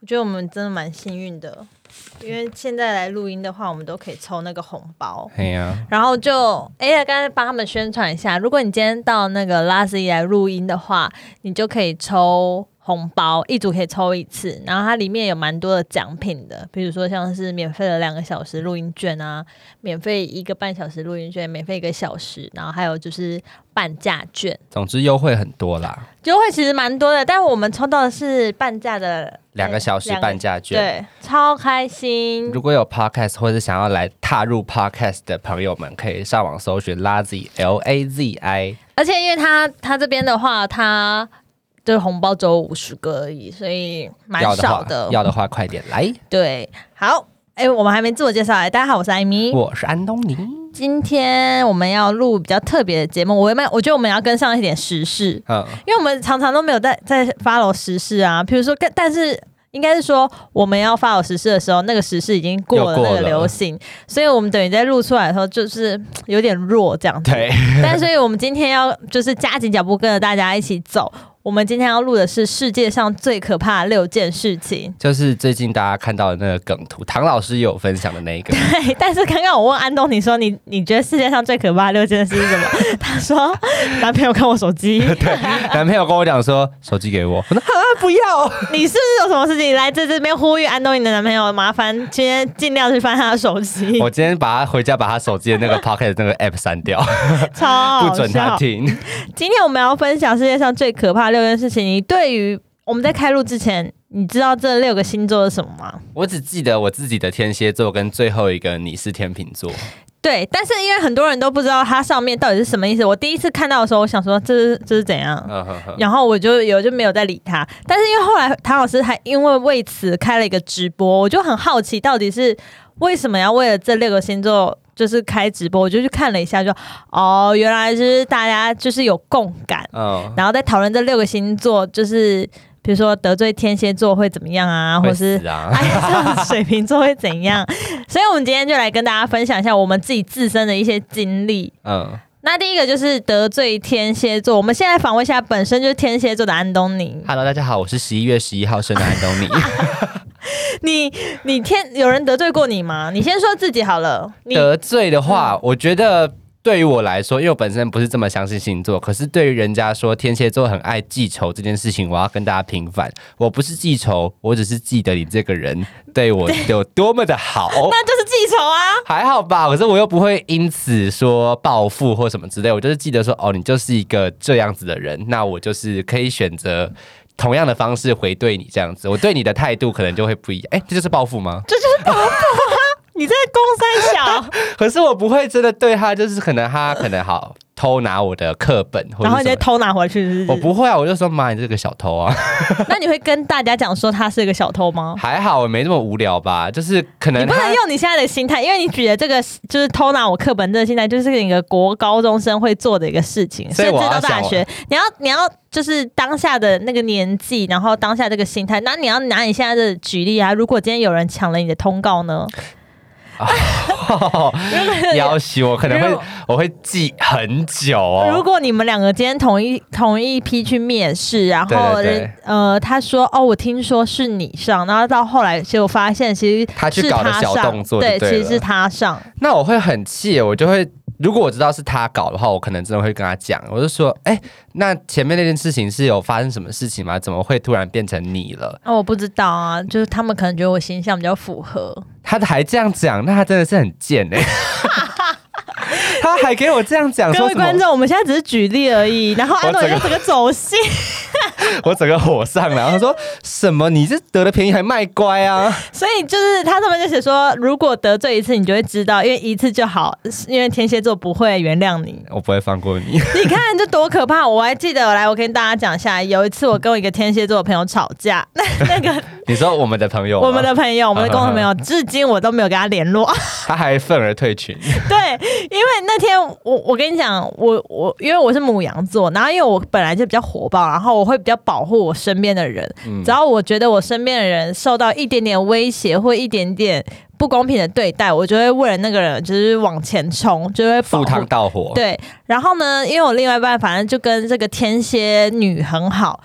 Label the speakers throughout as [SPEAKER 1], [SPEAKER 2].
[SPEAKER 1] 我觉得我们真的蛮幸运的，因为现在来录音的话，我们都可以抽那个红包。
[SPEAKER 2] 哎呀，
[SPEAKER 1] 然后就，哎呀，刚才帮他们宣传一下，如果你今天到那个拉斯来录音的话，你就可以抽红包，一组可以抽一次。然后它里面有蛮多的奖品的，比如说像是免费的两个小时录音券啊，免费一个半小时录音券，免费一个小时，然后还有就是半价券，
[SPEAKER 2] 总之优惠很多啦，
[SPEAKER 1] 优惠其实蛮多的。但我们抽到的是半价的
[SPEAKER 2] 两个小时
[SPEAKER 1] 两个
[SPEAKER 2] 半价券。
[SPEAKER 1] 对，超开心。
[SPEAKER 2] 如果有 podcast 或者想要来踏入 podcast 的朋友们，可以上网搜寻 Lazi L A Z I。
[SPEAKER 1] 而且因为他他这边的话，他就是红包只有五十个而已，所以蛮
[SPEAKER 2] 要的
[SPEAKER 1] 少
[SPEAKER 2] 话
[SPEAKER 1] 的。，
[SPEAKER 2] 要的话快点 来。
[SPEAKER 1] 对，好，哎、我们还没自我介绍哎，大家好，我是艾米。
[SPEAKER 2] 我是安东尼，
[SPEAKER 1] 今天我们要录比较特别的节目，我们我觉得我们要跟上一点时事，
[SPEAKER 2] 嗯，
[SPEAKER 1] 因为我们常常都没有在在 follow 时事啊，比如说，但但是。应该是说，我们要 follow 时事的时候，那个时事已经过了
[SPEAKER 2] 又过
[SPEAKER 1] 那个
[SPEAKER 2] 了
[SPEAKER 1] 流行，所以我们等于在录出来的时候，就是嗯有点弱这样子。
[SPEAKER 2] 对，
[SPEAKER 1] 但所以我们今天要就是加紧脚步，跟着大家一起走。我们今天要录的是世界上最可怕的六件事 情。
[SPEAKER 2] 就是最近大家看到的那个梗图，唐老师也有分享的那一 个，
[SPEAKER 1] 对，但是刚刚我问安东尼说你你觉得世界上最可怕的六件事是什么？他说男朋友看我手机。
[SPEAKER 2] 男朋友跟我讲说手机给我，我说啊不要，
[SPEAKER 1] 你是不是有什么事情来在这边呼吁安东尼的男朋友？麻烦今天尽量去翻他的手 机，
[SPEAKER 2] 我今天把他回家把他手机的那个 Pocket 那个 App 删掉，
[SPEAKER 1] 超好笑。
[SPEAKER 2] 不准他听。
[SPEAKER 1] 今天我们要分享世界上最可怕的六件事情。你对于我们在开录之前，你知道这六个星座是什么吗？
[SPEAKER 2] 我只记得我自己的天蝎座跟最后一个你是天秤座，
[SPEAKER 1] 对，但是因为很多人都不知道它上面到底是什么意思。我第一次看到的时候，我想说这是这是怎样，
[SPEAKER 2] 嗯哼哼，
[SPEAKER 1] 然后我就有就没有再理他。但是因为后来唐老师还因为为此开了一个直播，我就很好奇到底是为什么要为了这六个星座就是开直播，我就去看了一下就，哦，原来就是大家就是有共感，
[SPEAKER 2] 嗯，
[SPEAKER 1] 然后在讨论这六个星座，就是比如说得罪天蝎座会怎么样啊，或
[SPEAKER 2] 会
[SPEAKER 1] 者是
[SPEAKER 2] 死 啊，
[SPEAKER 1] 爱上水瓶座会怎样？所以，我们今天就来跟大家分享一下我们自己自身的一些经历。
[SPEAKER 2] 嗯，
[SPEAKER 1] 那第一个就是得罪天蝎座，我们现在访问一下本身就是天蝎座的安东尼。
[SPEAKER 2] Hello，大家好，我是十一月十一号生的安 东尼。
[SPEAKER 1] 你你天有人得罪过你吗？你先说自己好了。你
[SPEAKER 2] 得罪的话，我觉得对于我来说，因为我本身不是这么相信星座，可是对于人家说天蝎座很爱记仇这件事情，我要跟大家平反，我不是记仇，我只是记得你这个人对我有多么的好。
[SPEAKER 1] 那就是记仇啊！
[SPEAKER 2] 还好吧，可是我又不会因此说报复或什么之类，我就是记得说，哦，你就是一个这样子的人，那我就是可以选择同样的方式回对你这样子，我对你的态度可能就会不一样。哎、这就是报复吗？
[SPEAKER 1] 啊 你在公 三小，
[SPEAKER 2] 可是我不会真的对他，就是可能他可能好偷拿我的课本，或者
[SPEAKER 1] 然后
[SPEAKER 2] 是
[SPEAKER 1] 你再
[SPEAKER 2] 什么。
[SPEAKER 1] 偷拿回去是不
[SPEAKER 2] 我
[SPEAKER 1] 是？
[SPEAKER 2] 不会啊，我就说妈，你这个小偷啊，
[SPEAKER 1] 那你会跟大家讲说他是个小偷吗？
[SPEAKER 2] 还好我没那么无聊吧，就是可
[SPEAKER 1] 你
[SPEAKER 2] 能
[SPEAKER 1] 不
[SPEAKER 2] 他
[SPEAKER 1] 能用你现在的心态，因为你举的这个就是偷拿我课本这个心态，就是一个国高中生会做的一个事情，
[SPEAKER 2] 所以
[SPEAKER 1] 甚至
[SPEAKER 2] 我要啊
[SPEAKER 1] 到大
[SPEAKER 2] 想
[SPEAKER 1] 学，你要你要就是当下的那个年纪，然后当下这个心态，那你要拿你现在的举例啊，如果今天有人抢了你的通告呢？
[SPEAKER 2] 哦 要挟我，可能
[SPEAKER 1] 如
[SPEAKER 2] 会
[SPEAKER 1] 果
[SPEAKER 2] 我会记很久哦。
[SPEAKER 1] 如果你们两个今天同一同一批去面试，然后
[SPEAKER 2] 对对对
[SPEAKER 1] 人呃他说哦，我听说是你上，然后到后来结果发现其实
[SPEAKER 2] 他去
[SPEAKER 1] 是
[SPEAKER 2] 搞的小
[SPEAKER 1] 上
[SPEAKER 2] 动作就
[SPEAKER 1] 对，
[SPEAKER 2] 对
[SPEAKER 1] 其实
[SPEAKER 2] 了
[SPEAKER 1] 是他上。
[SPEAKER 2] 那我会很气，我就会，如果我知道是他搞的话，我可能真的会跟他讲，我就说，哎、那前面那件事情是有发生什么事情吗？怎么会突然变成你了？
[SPEAKER 1] 哦，我不知道啊，就是他们可能觉得我形象比较符合，
[SPEAKER 2] 他还这样讲，那他真的是很贱 哎、他还给我这样讲，
[SPEAKER 1] 各
[SPEAKER 2] 呃说
[SPEAKER 1] 位
[SPEAKER 2] 什
[SPEAKER 1] 观
[SPEAKER 2] 么？
[SPEAKER 1] 众，我们现在只是举例而 已，然后安东尼就整个走心，
[SPEAKER 2] 我整个火上来，然后说什么？你这得了便宜还卖乖啊？
[SPEAKER 1] 所以就是他上面就写说，如果得罪一次，你就会知道，因为一次就好，因为天蝎座不会原谅你。
[SPEAKER 2] 我不会放过你。
[SPEAKER 1] 你看这多可怕！我还记得，来，我跟大家讲一下，有一次我跟我一个天蝎座的朋友吵架， 那那个
[SPEAKER 2] 你说我们的朋友吗，
[SPEAKER 1] 我们的朋友，我们的共同 朋友，至今我都没有跟他联络。
[SPEAKER 2] 他还愤而退群，
[SPEAKER 1] 对，因为那天我我跟你讲，我我因为我是母羊座，然后因为我本来就比较火爆，然后我会比较保护我身边的人，
[SPEAKER 2] 嗯
[SPEAKER 1] 只要我觉得我身边的人受到一点点威胁或一点点不公平的对待，我就会为了那个人就是往前冲，就会保
[SPEAKER 2] 赴汤
[SPEAKER 1] 护。
[SPEAKER 2] 蹈火。
[SPEAKER 1] 对， 然后呢，因为我另外一半反正就跟这个天蝎女很好，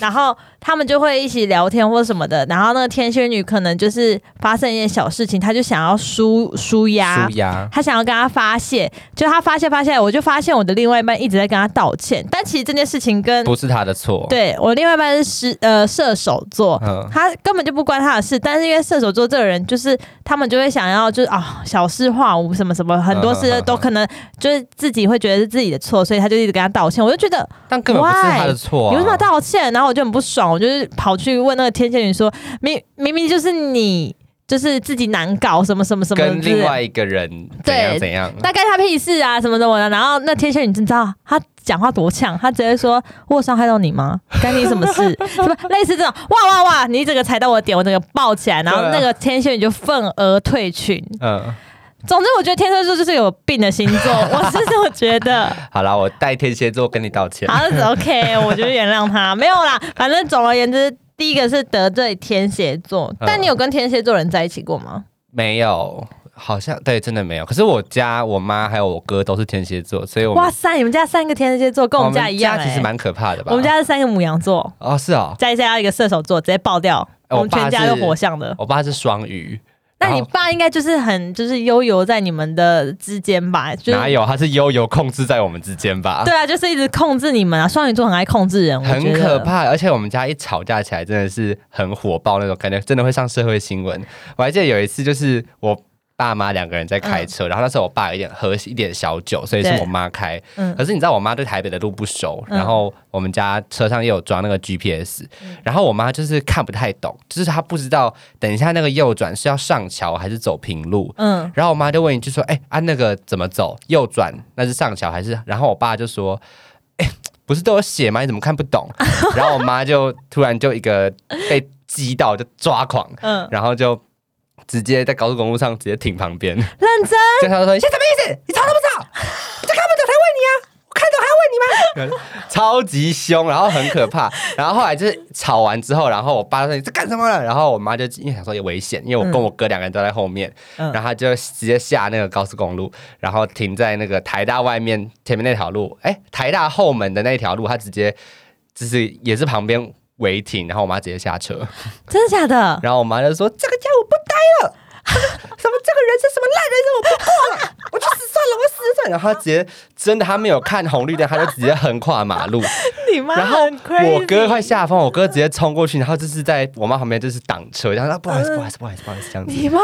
[SPEAKER 1] 然后他们就会一起聊天或什么的。然后那个天蝎女可能就是发生一件小事情，她就想要舒舒压
[SPEAKER 2] 舒，压，
[SPEAKER 1] 她想要跟他发泄，就她发泄发泄，我就发现我的另外一半一直在跟她道歉，但其实这件事情跟
[SPEAKER 2] 不是他的错。，
[SPEAKER 1] 对我另外一半是狮呃射手座，
[SPEAKER 2] 嗯，
[SPEAKER 1] 他根本就不关他的事，但是因为射手座这个人，就是他们就会想要就是啊、小事化无什么什么，很多
[SPEAKER 2] 嗯
[SPEAKER 1] 事都可能就是自己会觉得是自己的错，所以他就一直跟他道歉。我就觉得
[SPEAKER 2] 但根本不是他的错、
[SPEAKER 1] 你为
[SPEAKER 2] 啊。
[SPEAKER 1] 什么要道歉？然后我就很不爽，我就是跑去问那个天蝎女说，明明明就是你就是自己难搞什么什么什么
[SPEAKER 2] 跟
[SPEAKER 1] 之类
[SPEAKER 2] 另
[SPEAKER 1] 的
[SPEAKER 2] 外一个人怎样
[SPEAKER 1] 对
[SPEAKER 2] 怎样？
[SPEAKER 1] 大概他屁事啊，什么什么的。然后那天蝎女，你知道他讲话多呛，他直接说：“我有伤害到你 吗？干你什么事？”什么类似这种，哇哇哇！你整个踩到我的点，我整个抱起来，然后
[SPEAKER 2] 对啊
[SPEAKER 1] 那个天蝎女就愤而退群。
[SPEAKER 2] 嗯，
[SPEAKER 1] 总之，我觉得天蝎座就是有病的星座，我是这么觉 得。
[SPEAKER 2] 好啦，我代天蝎座跟你道歉。
[SPEAKER 1] 好，OK，我就原谅他。没有啦，反正总而言之，第一个是得罪天蝎座。但你有跟天蝎座人在一起过吗？
[SPEAKER 2] 没有，好像对，真的没有。可是我家我妈还有我哥都是天蝎座，所以我们
[SPEAKER 1] 哇塞，你们家三个天蝎座跟我们家一样、欸，
[SPEAKER 2] 其实蛮可怕的吧？
[SPEAKER 1] 我们家是三个母羊座。
[SPEAKER 2] 哦是哦，
[SPEAKER 1] 再加一个射手座，直接爆掉，
[SPEAKER 2] 哎
[SPEAKER 1] 我
[SPEAKER 2] 我
[SPEAKER 1] 们全家
[SPEAKER 2] 爸
[SPEAKER 1] 都
[SPEAKER 2] 是
[SPEAKER 1] 火象的。
[SPEAKER 2] 我爸是双鱼，
[SPEAKER 1] 那你
[SPEAKER 2] 然后
[SPEAKER 1] 爸应该就是很就是悠游在你们的之间吧？就是
[SPEAKER 2] 哪有？他是悠悠控制在我们之间吧？
[SPEAKER 1] 对啊，就是一直控制你们啊。双鱼座很爱控制人，我
[SPEAKER 2] 很
[SPEAKER 1] 觉得
[SPEAKER 2] 可。怕，而且我们家一吵架起来真的是很火爆那种感觉，真的会上社会新闻。我还记得有一次，就是我爸妈两个人在开车，然后那时候我爸有一点喝一点小酒，所以是
[SPEAKER 1] 嗯对
[SPEAKER 2] 我妈开。
[SPEAKER 1] 嗯
[SPEAKER 2] 可是你知道我妈对台北的路不熟，
[SPEAKER 1] 嗯
[SPEAKER 2] 然后我们家车上又有装那个 GPS，、然后我妈就是看不太懂，就是她不知道等一下那个右转是要上桥还是走平路。
[SPEAKER 1] 嗯，
[SPEAKER 2] 然后我妈就问一句说：“哎、啊那个怎么走？右转那是上桥还是？”然后我爸就说：“ 哎、不是都有写吗？你怎么看不懂？” 然后我妈就突然就一个被激到就抓狂，
[SPEAKER 1] 嗯
[SPEAKER 2] 然后就直接在高速公路上直接停旁边，
[SPEAKER 1] 认真。
[SPEAKER 2] 就他说：“你现在什么意思？你吵都不吵？你这看不懂才问你啊！我看懂还要问你吗？” 超级凶，然后很可 怕。然后后来就是吵完之后，然后我爸说：“你在干什么了？”然后我妈就因为想说有危险，因为我跟我哥两个人都在后面，
[SPEAKER 1] 嗯
[SPEAKER 2] 然后他就直接下那个高速公路，然后停在那个台大外面前面那条路，哎，台大后门的那条路，他直接就是也是旁边。违停，然后我妈直接下车，
[SPEAKER 1] 真的假 的？
[SPEAKER 2] 然后我妈就说：“这个家我不待了， 什么这个人是什么烂人生，我不过了，我就死算了，我死算了。”然后她直接真的，她没有看红绿灯，她就直接横跨马路。
[SPEAKER 1] 你妈
[SPEAKER 2] 然后
[SPEAKER 1] 很 crazy
[SPEAKER 2] 我哥快吓疯，我哥直接冲过去，然后就是在我妈旁边就是挡车，然后她不好意思，不好意思，不好意思，不好意思，这样子。
[SPEAKER 1] 你妈真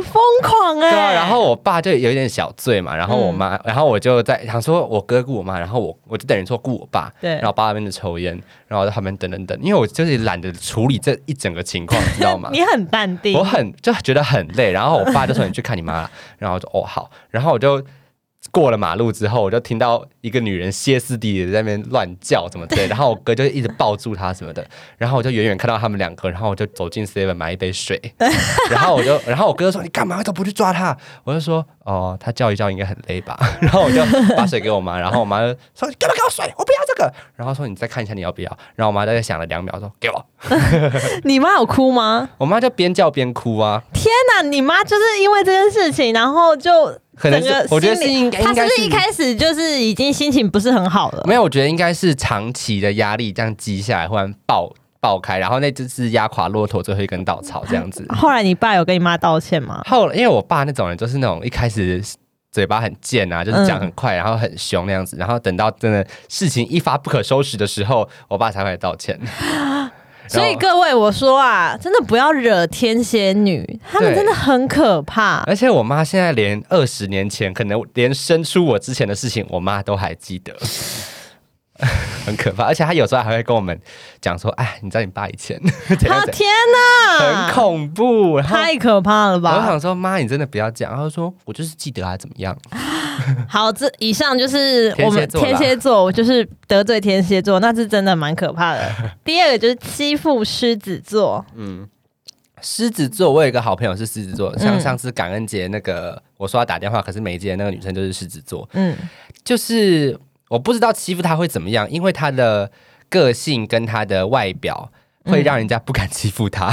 [SPEAKER 1] 的很疯狂哎、
[SPEAKER 2] 对啊，然后我爸就有一点小醉嘛，然后我
[SPEAKER 1] 嗯
[SPEAKER 2] 妈，然后我就在想说，我哥顾我妈，然后我我就等于说顾我爸，
[SPEAKER 1] 对
[SPEAKER 2] 然后我爸那边就抽烟，然后我在旁边等等等，因为我就是懒得处理这一整个情况，你知道吗？
[SPEAKER 1] 你很淡定
[SPEAKER 2] 我，很就觉得很累，然后我爸就说你去看你妈啦，然后我就哦好，然后我就过了马路之后，我就听到一个女人歇斯底里在那边乱叫什么之类的，然后我哥就一直抱住她什么的，然后我就远远看到他们两个，然后我就走进 seven 买一杯水，然后我就然后我哥就说你干嘛都不去抓她，我就说哦她叫一叫应该很累吧， 然后我就把水给我妈，然后我妈就说你干嘛给我水，我不要这个，然后说你再看一下你要不要，然后我妈大概想了两秒说给我，
[SPEAKER 1] 你妈有哭吗？
[SPEAKER 2] 我妈就边叫边哭啊。
[SPEAKER 1] 天哪，你妈就是因为这件事情，然后就
[SPEAKER 2] 可能是
[SPEAKER 1] 整个
[SPEAKER 2] 我觉得是
[SPEAKER 1] 心里
[SPEAKER 2] 应该
[SPEAKER 1] 她
[SPEAKER 2] 应
[SPEAKER 1] 是
[SPEAKER 2] 该
[SPEAKER 1] 不是
[SPEAKER 2] 是
[SPEAKER 1] 一开始就是已经心情不是很好了？。
[SPEAKER 2] 没有，我觉得应该是长期的压力这样积下来，忽然爆爆开，然后那就是压垮骆驼最后一根稻草这样子
[SPEAKER 1] 后来你爸有跟你妈道歉吗？
[SPEAKER 2] 后来，因为我爸那种人就是那种一开始嘴巴很贱啊，就是讲
[SPEAKER 1] 嗯
[SPEAKER 2] 很快，然后很凶那样子，然后等到真的事情一发不可收拾的时候，我爸才会来道歉。然
[SPEAKER 1] 所
[SPEAKER 2] 后
[SPEAKER 1] 以各位，我说啊，真的不要惹天蝎女，她们
[SPEAKER 2] 对
[SPEAKER 1] 真的很可怕。
[SPEAKER 2] 而且我妈现在连二十年前，可能连生出我之前的事情，我妈都还记得， 很可怕。而且她有时候还会跟我们讲说：“哎，你知道你爸以前 怎样
[SPEAKER 1] 啊
[SPEAKER 2] 怎样，
[SPEAKER 1] 天哪，
[SPEAKER 2] 很恐 怖。”然后
[SPEAKER 1] 太可怕了
[SPEAKER 2] 我
[SPEAKER 1] 吧！
[SPEAKER 2] 想说：“妈，你真的不要讲。”她就说：“我就是记得啊，怎么样
[SPEAKER 1] 好，这以上就是我们
[SPEAKER 2] 天蝎座啦
[SPEAKER 1] 天蝎座，我就是得罪天蝎座，那是真的蛮可怕 的。第二个就是欺负狮子座，？”
[SPEAKER 2] 狮子座，我有一个好朋友是狮子座，
[SPEAKER 1] 嗯
[SPEAKER 2] 像上次感恩节那个，我说要打电话，可是没接的那个女生就是狮子座，
[SPEAKER 1] 嗯，
[SPEAKER 2] 就是我不知道欺负她会怎么样，因为她的个性跟她的外表会让人家不敢欺负 她。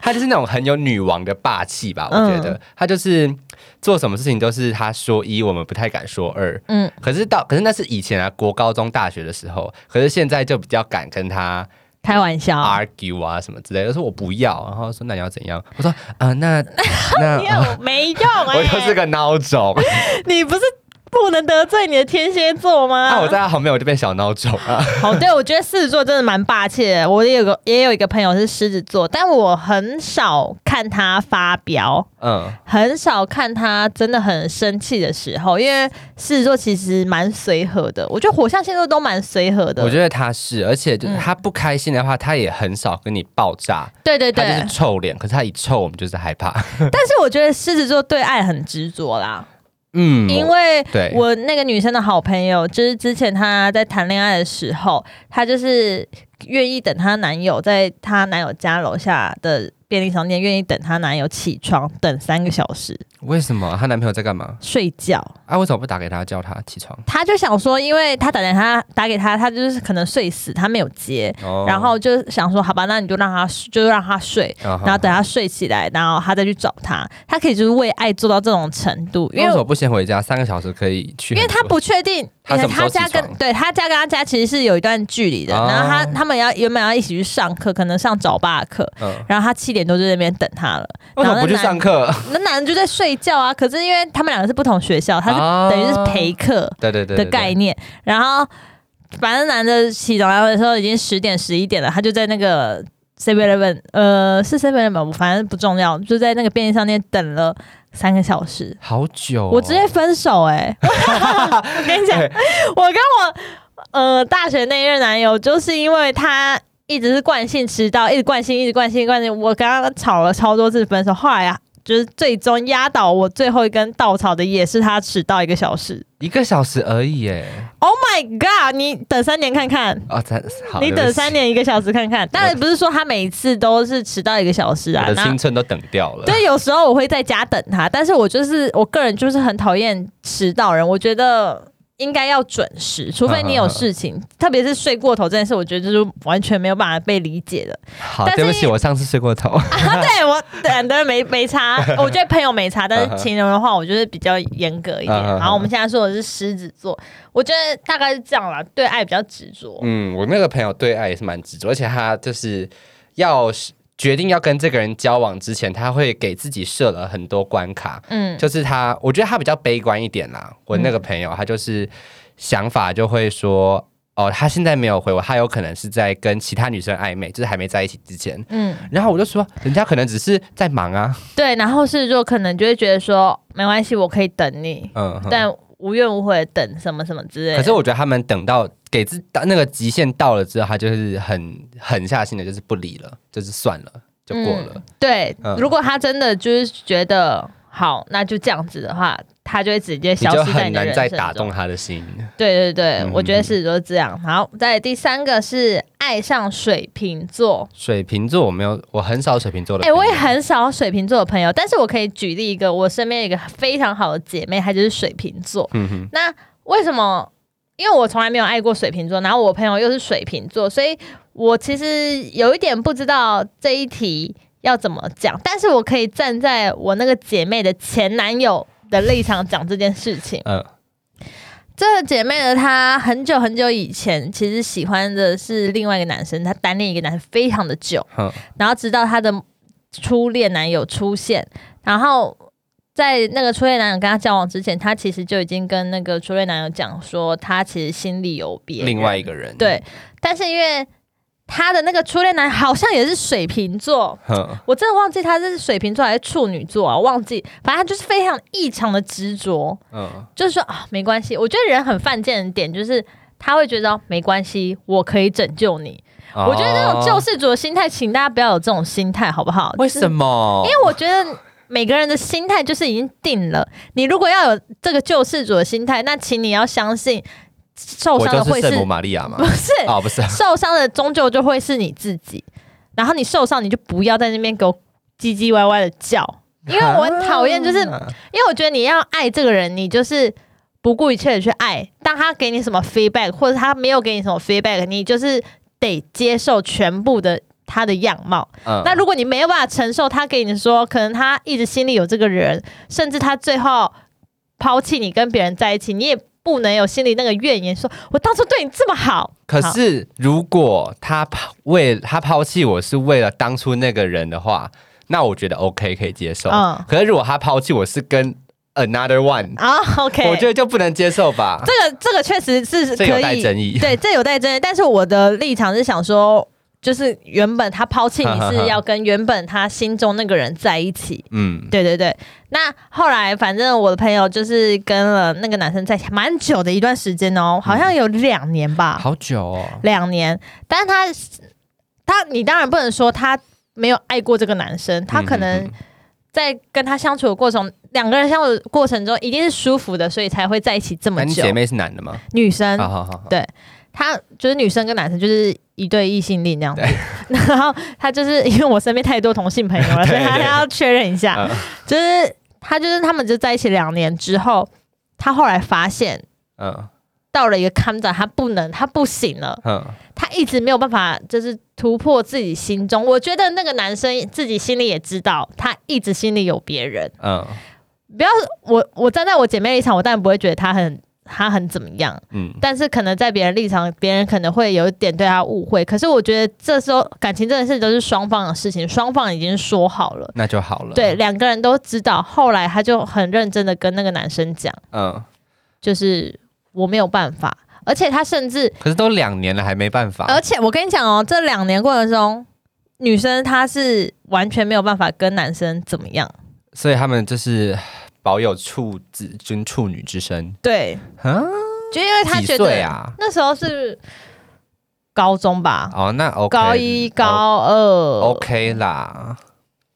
[SPEAKER 2] 她就是那种很有女王的霸气吧，我觉得、她就是做什么事情都是她说一，我们不太敢说二。
[SPEAKER 1] 嗯
[SPEAKER 2] 嗯，可是到可是那是以前啊，国高中、大学的时候，可是现在就比较敢跟她
[SPEAKER 1] 开玩笑，
[SPEAKER 2] argue 啊什么之类的，我说我不要，然后说那你要怎样？我说啊、呃那那、呃
[SPEAKER 1] 没有没用哎、
[SPEAKER 2] 我就是个孬种，
[SPEAKER 1] 你不是不能得罪你的天蝎座吗？
[SPEAKER 2] 啊那、我在他旁边我就变小孬种啊，
[SPEAKER 1] 好，哦对，我觉得狮子座真的蛮霸气的。我也有个也有一个朋友是狮子座，但我很少看他发飙，
[SPEAKER 2] 嗯，
[SPEAKER 1] 很少看他真的很生气的时候，因为狮子座其实蛮随和的。我觉得火象星座都蛮随和的，嗯
[SPEAKER 2] 我觉得他是，而且就是他不开心的话，他也很少跟你爆炸，
[SPEAKER 1] 对对对
[SPEAKER 2] 他。就是臭脸，可是他一臭我们就是害怕，
[SPEAKER 1] 但是我觉得狮子座对爱很执着啦，
[SPEAKER 2] 嗯，
[SPEAKER 1] 因为
[SPEAKER 2] 对
[SPEAKER 1] 我那个女生的好朋友，就是之前她在谈恋爱的时候，她就是愿意等她男友在她男友家楼下的便利商店，愿意等她男友起床，等三个小时
[SPEAKER 2] 为什么她男朋友在干嘛？
[SPEAKER 1] 睡觉。
[SPEAKER 2] 啊，为什么不打给他叫他起床？
[SPEAKER 1] 她就想说，因为她打给她打给她，她就是可能睡死，她没有接，
[SPEAKER 2] 哦
[SPEAKER 1] 然后就想说，好吧，那你就让她就让她睡。
[SPEAKER 2] 然
[SPEAKER 1] 然后等她睡起来，然后她再去找她。她可以就是为爱做到这种程度，因
[SPEAKER 2] 为
[SPEAKER 1] 为
[SPEAKER 2] 什么不先回家？三个小时可以去很
[SPEAKER 1] 因
[SPEAKER 2] 多，
[SPEAKER 1] 为他不确定，
[SPEAKER 2] 他什么时
[SPEAKER 1] 他
[SPEAKER 2] 候
[SPEAKER 1] 家
[SPEAKER 2] 起床
[SPEAKER 1] 跟对他家跟他家其实是有一段距离的，
[SPEAKER 2] 哦
[SPEAKER 1] 然后他他们要原本要一起去上课，可能上早八的课，
[SPEAKER 2] 嗯，
[SPEAKER 1] 然后他七点多就在那边等他了，
[SPEAKER 2] 为
[SPEAKER 1] 然
[SPEAKER 2] 什
[SPEAKER 1] 后
[SPEAKER 2] 么
[SPEAKER 1] 那
[SPEAKER 2] 不去
[SPEAKER 1] 男
[SPEAKER 2] 上课？
[SPEAKER 1] 那男人就在睡觉啊，可是因为他们两个是不同学校，他
[SPEAKER 2] 哦
[SPEAKER 1] 是等于是陪课
[SPEAKER 2] 对对对
[SPEAKER 1] 的概
[SPEAKER 2] 念，
[SPEAKER 1] 念，然后反正男的起床来的时候已经十点十一点了，他就在那个 Seven Eleven，呃，是 Seven Eleven，反正不重要，就在那个便利商店等了三个小时，
[SPEAKER 2] 好久哦、
[SPEAKER 1] 我直接分手 哎、我跟你讲，我跟我呃大学那一任男友，就是因为他一直是惯性迟到，一直惯性，一直惯性，惯性。我跟他吵了超多次分手，后来啊，就是最终压倒我最后一根稻草的也是他迟到一个小时。
[SPEAKER 2] 一个小时而已，哎，
[SPEAKER 1] Oh my god！你等三年看看。
[SPEAKER 2] 哦，咱好，
[SPEAKER 1] 你等三
[SPEAKER 2] 年，
[SPEAKER 1] 年一个小时看看，当然不是说他每一次都是迟到一个小时啊
[SPEAKER 2] 我，的
[SPEAKER 1] 那
[SPEAKER 2] 青春都等掉 了。
[SPEAKER 1] 对，有时候我会在家等他，但是我就是我个人就是很讨厌迟到人，我觉得应该要准时，除非你有事情，特别是睡过头这件事，我觉得就是完全没有办法被理解的。
[SPEAKER 2] 好，
[SPEAKER 1] 但是
[SPEAKER 2] 对不起，我上次睡过头。
[SPEAKER 1] 啊，对我等的没没差，我觉得朋友没差，但是情人的话，我就是比较严格 一点。
[SPEAKER 2] 嗯嗯嗯
[SPEAKER 1] 然后我们现在说的是狮子座，我觉得大概是这样啦，对爱比较执着。
[SPEAKER 2] 嗯，我那个朋友对爱也是蛮执着，而且他就是要决定要跟这个人交往之前，他会给自己设了很多关卡。
[SPEAKER 1] 嗯，
[SPEAKER 2] 就是他，我觉得他比较悲观一点啦。我那个朋友，他就是想法就会说，哦，他现在没有回我，他有可能是在跟其他女生暧昧，就是还没在一起之前。
[SPEAKER 1] 嗯，
[SPEAKER 2] 然后我就说，人家可能只是在忙啊，
[SPEAKER 1] 对，然后狮子座可能就会觉得说，没关系，我可以等你，
[SPEAKER 2] 嗯。哼
[SPEAKER 1] 但无怨无悔地等什么什么之类的。
[SPEAKER 2] 可是我觉得他们等到给自到那个极限到了之后，他就是很狠下心的，就是不理了，就是算了，就过了。
[SPEAKER 1] 对，
[SPEAKER 2] 嗯
[SPEAKER 1] 如果他真的就是觉得好，那就这样子的话，他就会直接
[SPEAKER 2] 你
[SPEAKER 1] 消
[SPEAKER 2] 就
[SPEAKER 1] 失在
[SPEAKER 2] 很
[SPEAKER 1] 你的
[SPEAKER 2] 难
[SPEAKER 1] 人
[SPEAKER 2] 再
[SPEAKER 1] 生
[SPEAKER 2] 打
[SPEAKER 1] 中
[SPEAKER 2] 动。他的心。
[SPEAKER 1] 对对对，
[SPEAKER 2] 嗯
[SPEAKER 1] 我觉得是就是这样。好，再来第三个是爱上水瓶座。
[SPEAKER 2] 水瓶座我没有，我很少水瓶座的
[SPEAKER 1] 哎、
[SPEAKER 2] 朋友。
[SPEAKER 1] 我也很少水瓶座的朋友，但是我可以举例一个，我身边有一个非常好的姐妹，她就是水瓶座。
[SPEAKER 2] 嗯哼，
[SPEAKER 1] 那为什么？因为我从来没有爱过水瓶座，然后我朋友又是水瓶座，所以我其实有一点不知道这一题要怎么讲，但是我可以站在我那个姐妹的前男友的立场讲这件事情。
[SPEAKER 2] 嗯
[SPEAKER 1] 这个姐妹呢，她很久很久以前其实喜欢的是另外一个男生，她单恋一个男生非常的久，
[SPEAKER 2] 哼，
[SPEAKER 1] 然后直到她的初恋男友出现，然后在那个初恋男友跟她交往之前，她其实就已经跟那个初恋男友讲说，她其实心里有别人
[SPEAKER 2] 另外一个人，
[SPEAKER 1] 对，但是因为她的那个初恋男好像也是水瓶座，
[SPEAKER 2] 哼，
[SPEAKER 1] 我真的忘记他是水瓶座还是处女座啊，忘记，反正他就是非常异常的执着，
[SPEAKER 2] 嗯，
[SPEAKER 1] 就是说啊没关系，我觉得人很犯贱的点就是。他会觉得哦没关系，我可以拯救你。
[SPEAKER 2] 哦
[SPEAKER 1] 我觉得这种救
[SPEAKER 2] 就是
[SPEAKER 1] 世主的心态，请大家不要有这种心态，好不好？
[SPEAKER 2] 哦为什么？
[SPEAKER 1] 因为我觉得每个人的心态就是已经定了。你如果要有这个救世主的心态，那请你要相信受
[SPEAKER 2] 我
[SPEAKER 1] 伤的
[SPEAKER 2] 就
[SPEAKER 1] 会
[SPEAKER 2] 是
[SPEAKER 1] 是
[SPEAKER 2] 圣母玛利亚 嘛
[SPEAKER 1] 不。是、
[SPEAKER 2] 哦，不是，
[SPEAKER 1] 受伤的终究就会是你自己。然后你受伤，你就不要在那边给我唧唧歪歪的叫，因为我很讨厌，就是
[SPEAKER 2] 啊
[SPEAKER 1] 因为我觉得你要爱这个人，你就是不顾一切的去爱。当他给你什么 feedback，或者他没有给你什么 feedback，你就是得接受全部的他的样貌。
[SPEAKER 2] 嗯
[SPEAKER 1] 那如果你没有办法承受他给你说，可能他一直心里有这个人，甚至他最后抛弃你跟别人在一起，你也不能有心里那个怨言，说我当初对你这么好，
[SPEAKER 2] 可
[SPEAKER 1] 好
[SPEAKER 2] 是如果他抛为他抛弃我是为了当初那个人的话，那我觉得 OK 可以接受。
[SPEAKER 1] 嗯
[SPEAKER 2] 可是如果他抛弃我是跟 another one，、
[SPEAKER 1] 啊，OK，
[SPEAKER 2] 我觉得就不能接受吧。
[SPEAKER 1] 这个这个确实是
[SPEAKER 2] 这有
[SPEAKER 1] 可
[SPEAKER 2] 待
[SPEAKER 1] 以
[SPEAKER 2] 争议
[SPEAKER 1] 对，这有待争议。但是我的立场是想说，就是原本他抛弃你是要跟原本他心中那个人在一起。
[SPEAKER 2] 嗯，
[SPEAKER 1] 对对对，那后来反正我的朋友就是跟了那个男生在一起蛮久的一段时间哦，好像有两年吧，
[SPEAKER 2] 嗯好久哦。
[SPEAKER 1] 两年。但是他他你当然不能说他没有爱过这个男生，他可
[SPEAKER 2] 嗯
[SPEAKER 1] 能
[SPEAKER 2] 嗯
[SPEAKER 1] 在跟他相处的过程，两个人相处的过程中一定是舒服的，所以才会在一起这
[SPEAKER 2] 那、
[SPEAKER 1] 么
[SPEAKER 2] 你
[SPEAKER 1] 久嗯
[SPEAKER 2] 姐。妹是啊男的吗？
[SPEAKER 1] 女生
[SPEAKER 2] 好好好好，
[SPEAKER 1] 他就是女生跟男生就是一对异性恋那样子， 然后他就是 因为我身边太多同性朋友了，所以他
[SPEAKER 2] 对嗯
[SPEAKER 1] 他要确认一下，就是他就是他们就在一起两年之后，他后来发现
[SPEAKER 2] 嗯
[SPEAKER 1] 到了一个坎展，他不能，他不行了，
[SPEAKER 2] 嗯
[SPEAKER 1] 他一直没有办法就是突破自己心中，我觉得那个男生自己心里也知道，他一直心里有别人，
[SPEAKER 2] 嗯
[SPEAKER 1] 不要我我站在我姐妹立场，我当然不会觉得他很他很怎么样，
[SPEAKER 2] 嗯，
[SPEAKER 1] 但是可能在别人立场，别人可能会有一点对他误会。可是我觉得这时候感情这件事都是双方的事情，双方已经说好了，
[SPEAKER 2] 那就好了。
[SPEAKER 1] 对，，两个人都知道。后来他就很认真的跟那个男生讲，
[SPEAKER 2] 嗯，
[SPEAKER 1] 就是我没有办法，而且他甚至，
[SPEAKER 2] 可是都两年了还没办法。
[SPEAKER 1] 而且我跟你讲哦，这两年过程中，女生她是完全没有办法跟男生怎么样，
[SPEAKER 2] 所以他们就是保有处子跟处女之身。
[SPEAKER 1] 对，
[SPEAKER 2] 啊，
[SPEAKER 1] 就因为她
[SPEAKER 2] 几
[SPEAKER 1] 觉
[SPEAKER 2] 岁
[SPEAKER 1] 得
[SPEAKER 2] 啊？
[SPEAKER 1] 那时候是高中吧，
[SPEAKER 2] 哦，那 OK，哦
[SPEAKER 1] 高一、高二
[SPEAKER 2] OK 啦。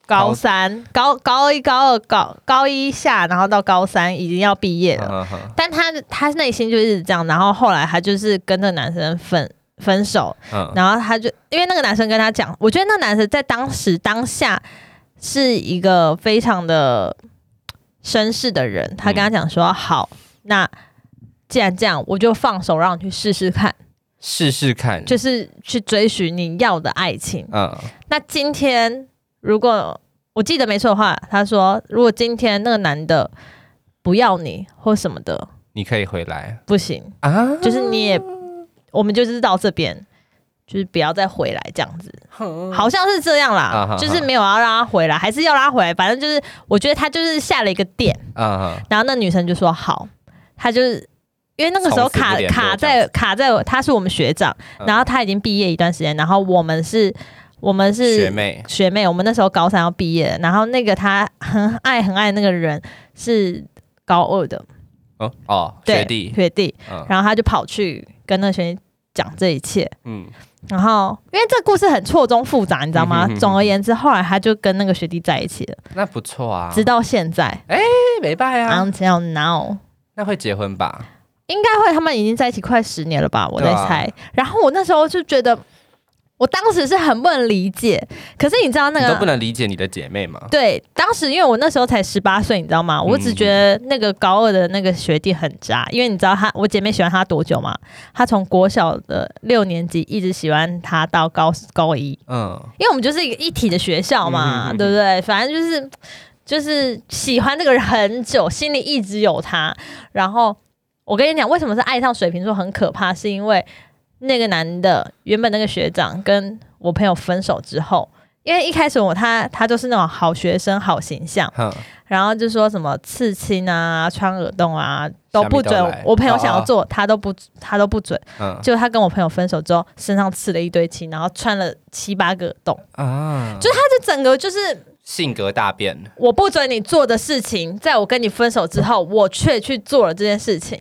[SPEAKER 1] 高三、高高一、高二、高高一下，然后到高三已经要毕业了，
[SPEAKER 2] 嗯哼
[SPEAKER 1] 但他他内心就是这样，然后后来他就是跟那个男生分分手，
[SPEAKER 2] 嗯
[SPEAKER 1] 然后他就因为那个男生跟他讲，我觉得那个男生在当时当下是一个非常的绅士的人，他跟他讲说、好，那既然这样，我就放手让你去试试看，
[SPEAKER 2] 试试看。
[SPEAKER 1] 就是去追寻你要的爱情。
[SPEAKER 2] 嗯
[SPEAKER 1] 那今天如果我记得没错的话，他说如果今天那个男的不要你或什么的，
[SPEAKER 2] 你可以回来
[SPEAKER 1] 不行，
[SPEAKER 2] 啊。
[SPEAKER 1] 就是你也，我们就是到这边，就是不要再回来这样子，
[SPEAKER 2] 嗯
[SPEAKER 1] 好像是这样
[SPEAKER 2] 啊
[SPEAKER 1] 啦
[SPEAKER 2] 哈，
[SPEAKER 1] 就是没有要让他回来，还是要让他回来，反正就是我觉得他就是下了一个点，
[SPEAKER 2] 嗯哼
[SPEAKER 1] 然后那女生就说好，他就是。因为那个时候
[SPEAKER 2] 从此不
[SPEAKER 1] 卡
[SPEAKER 2] 联络
[SPEAKER 1] 卡
[SPEAKER 2] 这
[SPEAKER 1] 在卡在他是我们学长，
[SPEAKER 2] 嗯
[SPEAKER 1] 然后他已经毕业一段时间，然后我们是，我们是
[SPEAKER 2] 学妹，
[SPEAKER 1] 学妹，我们那时候高三要毕业了，然后那个他很爱很爱那个人是高二的
[SPEAKER 2] 哦哦，
[SPEAKER 1] 对
[SPEAKER 2] 学弟，
[SPEAKER 1] 学弟，
[SPEAKER 2] 嗯
[SPEAKER 1] 然后他就跑去跟那个学弟讲这一切，
[SPEAKER 2] 嗯，
[SPEAKER 1] 然后因为这故事很错综复杂，你知道吗？
[SPEAKER 2] 嗯哼哼
[SPEAKER 1] 总而言之，后来他就跟那个学弟在一起了，
[SPEAKER 2] 那不错啊，
[SPEAKER 1] 直到现在、
[SPEAKER 2] 哎没拜啊，
[SPEAKER 1] until now。
[SPEAKER 2] 那会结婚吧？
[SPEAKER 1] 应该会，他们已经在一起快十年了吧，我在
[SPEAKER 2] 对啊
[SPEAKER 1] 猜。然后我那时候就觉得，我当时是很不能理解，可是你知道那
[SPEAKER 2] 你
[SPEAKER 1] 个
[SPEAKER 2] 都不能理解你的姐妹吗？
[SPEAKER 1] 对，当时因为我那时候才十八岁，你知道吗？我只觉得那个高二的那个学弟很渣，因为你知道他，我姐妹喜欢他多久吗？他从国小的六年级一直喜欢他到高高一，
[SPEAKER 2] 嗯，
[SPEAKER 1] 因为我们就是一个一体的学校嘛，
[SPEAKER 2] 嗯嗯嗯嗯
[SPEAKER 1] 对不对？反正就是就是喜欢这个人很久，心里一直有他。然后我跟你讲，为什么是爱上水瓶座很可怕，是因为那个男的原本那个学长跟我朋友分手之后。因为一开始我他他就是那种好学生好形象，
[SPEAKER 2] 哼，
[SPEAKER 1] 然后就说什么刺青啊、穿耳洞啊都不准
[SPEAKER 2] 下面都来，
[SPEAKER 1] 我朋友想
[SPEAKER 2] 哦
[SPEAKER 1] 要
[SPEAKER 2] 哦
[SPEAKER 1] 做他都不他都不准。
[SPEAKER 2] 嗯
[SPEAKER 1] 结果他跟我朋友分手之后，身上刺了一堆青，然后穿了七八个洞，
[SPEAKER 2] 啊，
[SPEAKER 1] 就这整个就是
[SPEAKER 2] 性格大变，
[SPEAKER 1] 我不准你做的事情，在我跟你分手之后，我却去做了这件事情。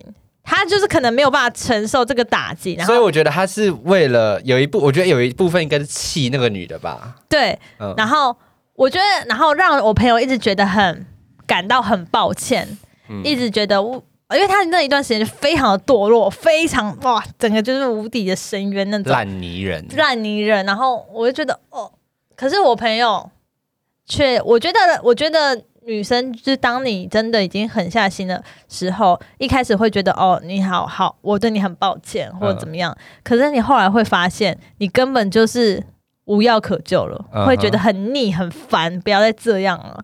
[SPEAKER 1] 他就是可能没有办法承受这个打击，然
[SPEAKER 2] 所以
[SPEAKER 1] 后
[SPEAKER 2] 我觉得他是为了有一部，我觉得有一部分应该是气那个女的吧。
[SPEAKER 1] 对，
[SPEAKER 2] 嗯，
[SPEAKER 1] 然后我觉得，然后让我朋友一直觉得很感到很抱歉，
[SPEAKER 2] 嗯
[SPEAKER 1] 一直觉得我，因为他那一段时间就非常的堕落，非常哇，整个就是无底的深渊那种。
[SPEAKER 2] 烂泥人，
[SPEAKER 1] 烂泥人，然后我就觉得哦，可是我朋友却我觉得，我觉得女生就是当你真的已经狠下心的时候，一开始会觉得哦，你好好，我对你很抱歉或者怎么样，
[SPEAKER 2] 嗯
[SPEAKER 1] 可是你后来会发现，你根本就是无药可救了，
[SPEAKER 2] 嗯哼
[SPEAKER 1] 会觉得很腻很烦，不要再这样了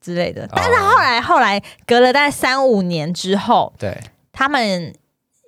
[SPEAKER 1] 之类的。但是
[SPEAKER 2] 哦
[SPEAKER 1] 后来，后来隔了大概三五年之后，
[SPEAKER 2] 对，
[SPEAKER 1] 他们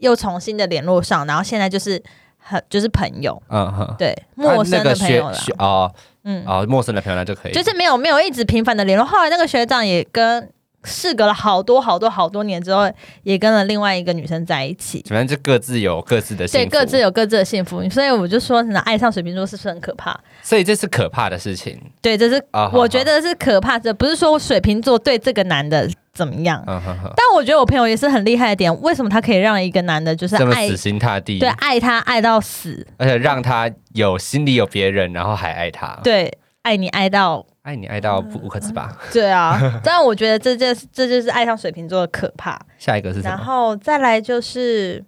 [SPEAKER 1] 又重新的联络上，然后现在就是很就是朋友，
[SPEAKER 2] 嗯哼，
[SPEAKER 1] 对，陌生
[SPEAKER 2] 啊那
[SPEAKER 1] 的
[SPEAKER 2] 个
[SPEAKER 1] 朋友
[SPEAKER 2] 学
[SPEAKER 1] 了。
[SPEAKER 2] 学哦
[SPEAKER 1] 嗯，
[SPEAKER 2] 哦，陌生的朋友那就可以，
[SPEAKER 1] 就是没有没有一直频繁的联络。后来那个学长也跟事隔了好多好多好多年之后，也跟了另外一个女生在一起，
[SPEAKER 2] 反正就各自有各自的幸
[SPEAKER 1] 对，
[SPEAKER 2] 福，
[SPEAKER 1] 各自有各自的幸福。所以我就说，那爱上水瓶座是不是很可怕？
[SPEAKER 2] 所以这是可怕的事情
[SPEAKER 1] 对，这是
[SPEAKER 2] 啊。好
[SPEAKER 1] 我觉，得是可怕的，不是说水瓶座对这个男的怎么样。
[SPEAKER 2] 好嗯哼哼，
[SPEAKER 1] 但我觉得我朋友也是很厉害的点，为什么他可以让一个男的就是
[SPEAKER 2] 这么
[SPEAKER 1] 爱
[SPEAKER 2] 死心塌地，
[SPEAKER 1] 对啊爱他爱到死，
[SPEAKER 2] 而且让他有心里有别人，然后还爱他，，
[SPEAKER 1] 对爱你爱到
[SPEAKER 2] 爱你爱到不无可自拔。
[SPEAKER 1] 对 啊。但我觉得这件这就是爱上水瓶座的可怕。
[SPEAKER 2] 下一个是什
[SPEAKER 1] 然
[SPEAKER 2] 么？
[SPEAKER 1] 后再来就是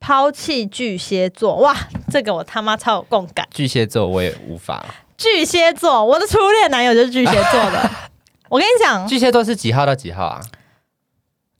[SPEAKER 1] 抛弃巨蟹座，哇，这个我他妈超有共感。
[SPEAKER 2] 巨蟹座我也无法。
[SPEAKER 1] 巨蟹座，我的初恋男友就是巨蟹座 的。我跟你讲，
[SPEAKER 2] 巨蟹座是几号到几号啊？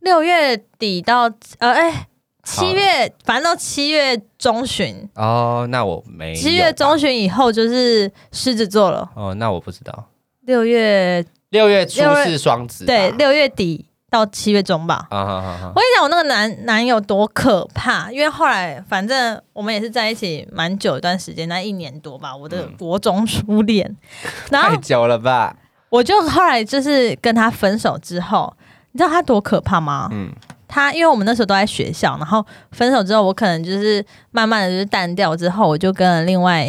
[SPEAKER 1] 六月底到呃，哎、
[SPEAKER 2] 好
[SPEAKER 1] 七月，反正到七月中旬，
[SPEAKER 2] 哦，那我没有
[SPEAKER 1] 七月中旬以后就是狮子座了。
[SPEAKER 2] 哦，那我不知道。
[SPEAKER 1] 六月
[SPEAKER 2] 六月初
[SPEAKER 1] 六月
[SPEAKER 2] 是双子吧，
[SPEAKER 1] 对，六月底到七月中吧。
[SPEAKER 2] 啊好好好
[SPEAKER 1] 我跟你讲，我那个男男友多可怕，因为后来反正我们也是在一起蛮久一段时间，那一年多吧，我的
[SPEAKER 2] 嗯
[SPEAKER 1] 国中初恋。 然
[SPEAKER 2] 太
[SPEAKER 1] 后
[SPEAKER 2] 久了吧？
[SPEAKER 1] 我就后来就是跟他分手之后，你知道他多可怕吗？
[SPEAKER 2] 嗯，
[SPEAKER 1] 他因为我们那时候都在学校，然后分手之后，我可能就是慢慢的就是淡掉之后，我就跟了另外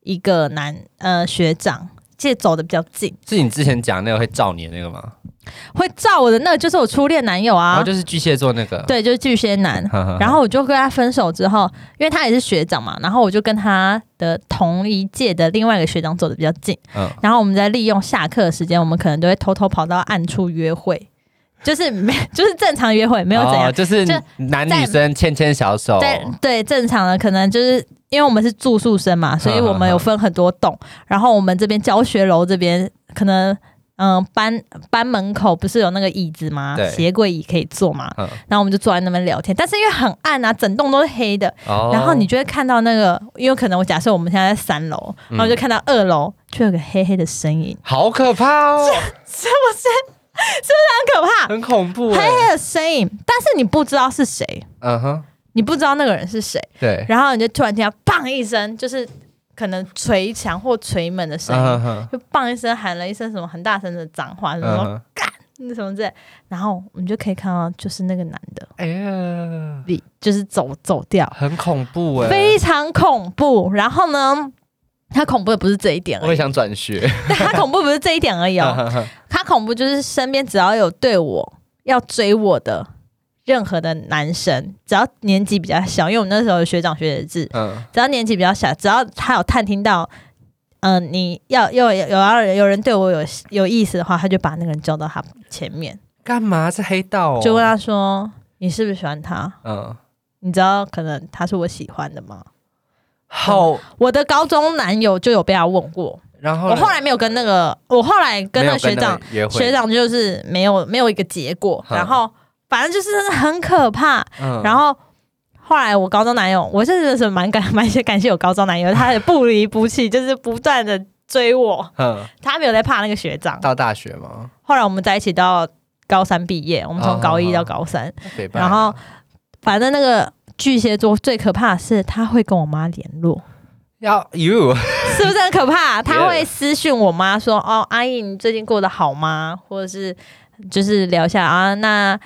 [SPEAKER 1] 一个男呃学长，借走的比较近，
[SPEAKER 2] 是你之前讲那个会照你的那个吗？
[SPEAKER 1] 会照我的那个就是我初恋男友
[SPEAKER 2] 然
[SPEAKER 1] 啊，
[SPEAKER 2] 后哦就是巨蟹座那个，
[SPEAKER 1] 对，就是巨蟹男。
[SPEAKER 2] 呵呵呵，
[SPEAKER 1] 然后我就跟他分手之后，因为他也是学长嘛，然后我就跟他的同一届的另外一个学长走的比较近，
[SPEAKER 2] 嗯
[SPEAKER 1] 然后我们再利用下课的时间，我们可能都会偷偷跑到暗处约会， 就是没 就是正常约会，没有怎样
[SPEAKER 2] 哦，就是
[SPEAKER 1] 就
[SPEAKER 2] 男
[SPEAKER 1] 在
[SPEAKER 2] 女生牵牵小手，
[SPEAKER 1] 对对，正常的可能就是因为我们是住宿生
[SPEAKER 2] 嗯
[SPEAKER 1] 嘛，所以我们有分很多栋，然后我们这边教学楼这边可能。嗯，班班门口不是有那个椅子吗
[SPEAKER 2] 对？
[SPEAKER 1] 鞋柜椅可以坐嘛？
[SPEAKER 2] 嗯
[SPEAKER 1] 然后我们就坐在那边聊天，但是因为很暗啊，整栋都是黑的，
[SPEAKER 2] 哦
[SPEAKER 1] 然后你就会看到那个，因为可能我假设我们现在在三楼，
[SPEAKER 2] 嗯
[SPEAKER 1] 然后就看到二楼就有个黑黑的身影，
[SPEAKER 2] 好可怕 哦，
[SPEAKER 1] 很可怕，
[SPEAKER 2] 很恐怖哎
[SPEAKER 1] 黑，黑的身影，但是你不知道是谁，
[SPEAKER 2] 嗯哼，
[SPEAKER 1] 你不知道那个人是谁，
[SPEAKER 2] 对，
[SPEAKER 1] 然后你就突然听到砰一声，就是可能捶墙或捶门的声音，
[SPEAKER 2] 嗯哼，
[SPEAKER 1] 就砰一声喊了一声什么很大声的脏话，什
[SPEAKER 2] 嗯
[SPEAKER 1] 么
[SPEAKER 2] 哼，
[SPEAKER 1] 那什么之类，然后我们就可以看到就是那个男的，
[SPEAKER 2] 哎呀，
[SPEAKER 1] 离就是走走掉，
[SPEAKER 2] 很恐怖哎，
[SPEAKER 1] 非常恐怖。然后呢，他恐怖的不是这一点
[SPEAKER 2] 我
[SPEAKER 1] 而
[SPEAKER 2] 也
[SPEAKER 1] 已，
[SPEAKER 2] 想转学，
[SPEAKER 1] 但 他恐怖不是这一点而已哦。
[SPEAKER 2] 嗯哼
[SPEAKER 1] 他恐怖就是身边只要有对我要追我的任何的男生，只要年纪比较小，因为我们那时候有学长学姐制，
[SPEAKER 2] 嗯，
[SPEAKER 1] 只要年纪比较小，只要他有探听到，嗯、你要有有有要有人对我有有意思的话，他就把那个人叫到他前面，
[SPEAKER 2] 干嘛是黑道哦？
[SPEAKER 1] 就问他说：“你是不是喜欢他？
[SPEAKER 2] 嗯，
[SPEAKER 1] 你知道可能他是我喜欢的吗
[SPEAKER 2] 好，？”
[SPEAKER 1] 我的高中男友就有被他问过，
[SPEAKER 2] 然后
[SPEAKER 1] 我后来没有跟那个，我后来跟
[SPEAKER 2] 没
[SPEAKER 1] 那
[SPEAKER 2] 有
[SPEAKER 1] 个学长
[SPEAKER 2] 那个约会，
[SPEAKER 1] 学长就是没有没有一个结果，
[SPEAKER 2] 嗯
[SPEAKER 1] 然后反正就是真的很可怕。
[SPEAKER 2] 嗯，
[SPEAKER 1] 然后后来我高中男友，我真的是蛮感 蛮感谢我高中男友，他也不离不弃，就是不断的追我，
[SPEAKER 2] 嗯，
[SPEAKER 1] 他没有在怕那个学长。
[SPEAKER 2] 到大学吗？
[SPEAKER 1] 后来我们在一起到高三毕业，我们从高一
[SPEAKER 2] 哦
[SPEAKER 1] 到高三，
[SPEAKER 2] 北半
[SPEAKER 1] 然后反正那个巨蟹座最可怕的是他会跟我妈联络。
[SPEAKER 2] 要 you，
[SPEAKER 1] 是不是很可怕？他
[SPEAKER 2] Yeah
[SPEAKER 1] 会私讯我妈说：“哦，阿姨，你最近过得好吗？”或者是就是聊一下啊，那